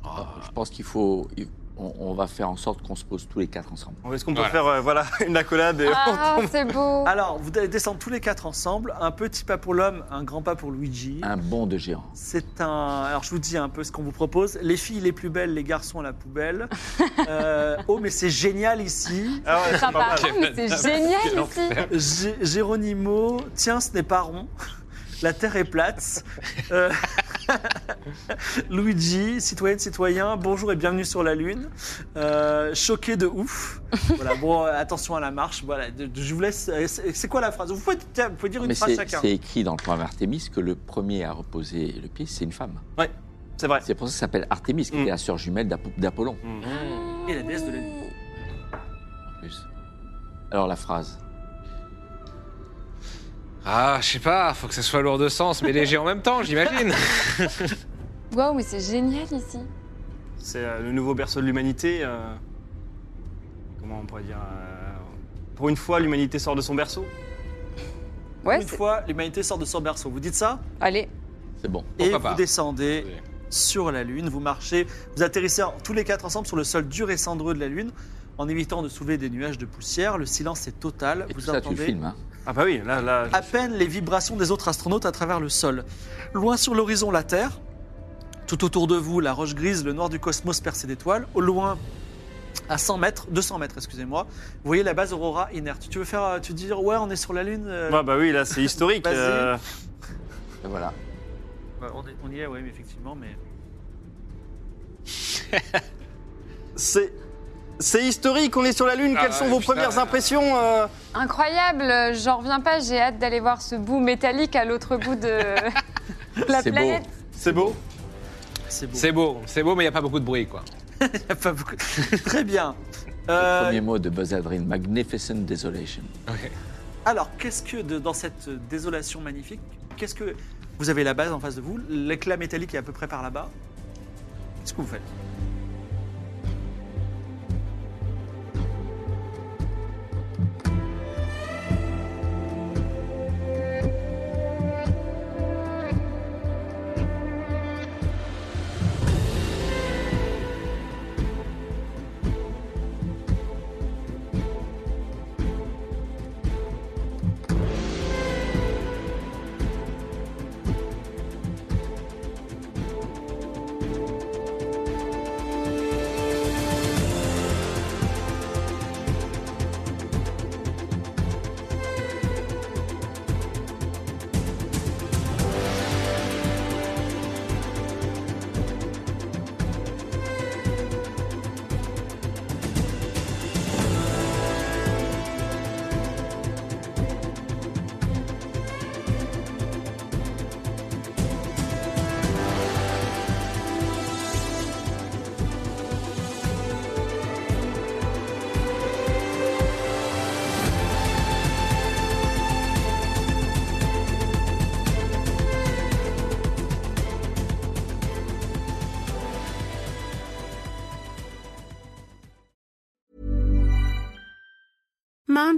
E: Alors, Je pense qu'il faut. il- On, on va faire en sorte qu'on se pose tous les quatre ensemble.
D: Est-ce qu'on peut
B: Voilà.
D: faire euh, voilà, une accolade et
C: Ah, c'est beau.
A: Alors, vous allez descendre tous les quatre ensemble. Un petit pas pour l'homme, un grand pas pour Luigi.
E: Un bond de géant.
A: C'est un. Alors, je vous dis un peu ce qu'on vous propose. Les filles les plus belles, les garçons à la poubelle. Euh, oh, mais c'est génial ici.
D: Ah ouais, c'est pas
C: Sympa.
D: mal.
C: Ah, mais c'est génial ici.
A: Gé- Géronimo, tiens, ce n'est pas rond. La terre est plate. Euh, Luigi, citoyenne, citoyen, bonjour et bienvenue sur la Lune. Euh, choqué de ouf. Voilà, bon, euh, attention à la marche. Voilà, de- de- je vous laisse. euh, C'est c'est quoi la phrase vous pouvez, tiens, vous pouvez dire une
E: Ah, Mais
A: phrase
E: c'est
A: chacun.
E: c'est écrit dans le plan Artemis que le premier à reposer le pied, c'est une femme.
D: C'est vrai.
E: C'est pour ça que ça s'appelle Artemis, qui
D: Mm.
E: était la sœur jumelle d'Apo- d'Apollon,
D: Mhm.
A: Et la déesse de la Lune.
E: en plus. Alors la phrase.
B: Ah, je sais pas, faut que ce soit lourd de sens, mais léger en même temps, j'imagine.
C: Waouh, mais c'est génial ici.
D: C'est euh, le nouveau berceau de l'humanité. euh, comment on pourrait dire euh, Pour une fois, l'humanité sort de son berceau.
C: Ouais,
A: une
C: c'est-
A: fois, l'humanité sort de son berceau. Vous dites ça
C: allez.
E: C'est bon.
A: et
B: Pourquoi
A: vous
B: pas
A: descendez
B: Oui.
A: sur la Lune. Vous marchez, vous atterrissez en- tous les quatre ensemble sur le sol dur et cendreux de la Lune, en évitant de soulever des nuages de poussière. Le silence est total.
E: Et tout
A: vous
E: ça, tu le
A: entendez
E: filmes. Hein.
D: Ah bah oui, là, là.
A: à peine les vibrations des autres astronautes à travers le sol. Loin sur l'horizon, la Terre. Tout autour de vous, la roche grise, le noir du cosmos percé d'étoiles. Au loin, à 100 mètres, 200 mètres, excusez-moi, vous voyez la base Aurora inerte. Tu veux faire, euh, tu veux dire, ouais, on est sur la Lune. euh,
D: Ah bah oui, là, c'est historique.
A: Vas-y.
D: euh,
E: Et voilà.
A: bah, on, est- on y est, oui, effectivement, mais.
D: c'est. C'est historique, on est sur la Lune,
B: Ah
D: quelles sont
B: ouais,
D: vos
B: putain,
D: premières
B: euh,
D: impressions euh,
C: Incroyable, euh, j'en reviens pas, j'ai hâte d'aller voir ce bout métallique à l'autre bout de la
E: C'est beau.
C: planète.
D: C'est beau
A: C'est beau.
B: C'est beau, c'est beau, mais il n'y a pas beaucoup de bruit, quoi.
A: Y a pas beaucoup. Très bien.
E: Le
A: Euh,
E: Premier mot de Buzz Aldrin, Magnificent Desolation.
A: alors, qu'est-ce que de- dans cette désolation magnifique, qu'est-ce que vous avez la base en face de vous, l'éclat métallique est à peu près par là-bas. Qu'est-ce que vous faites Mom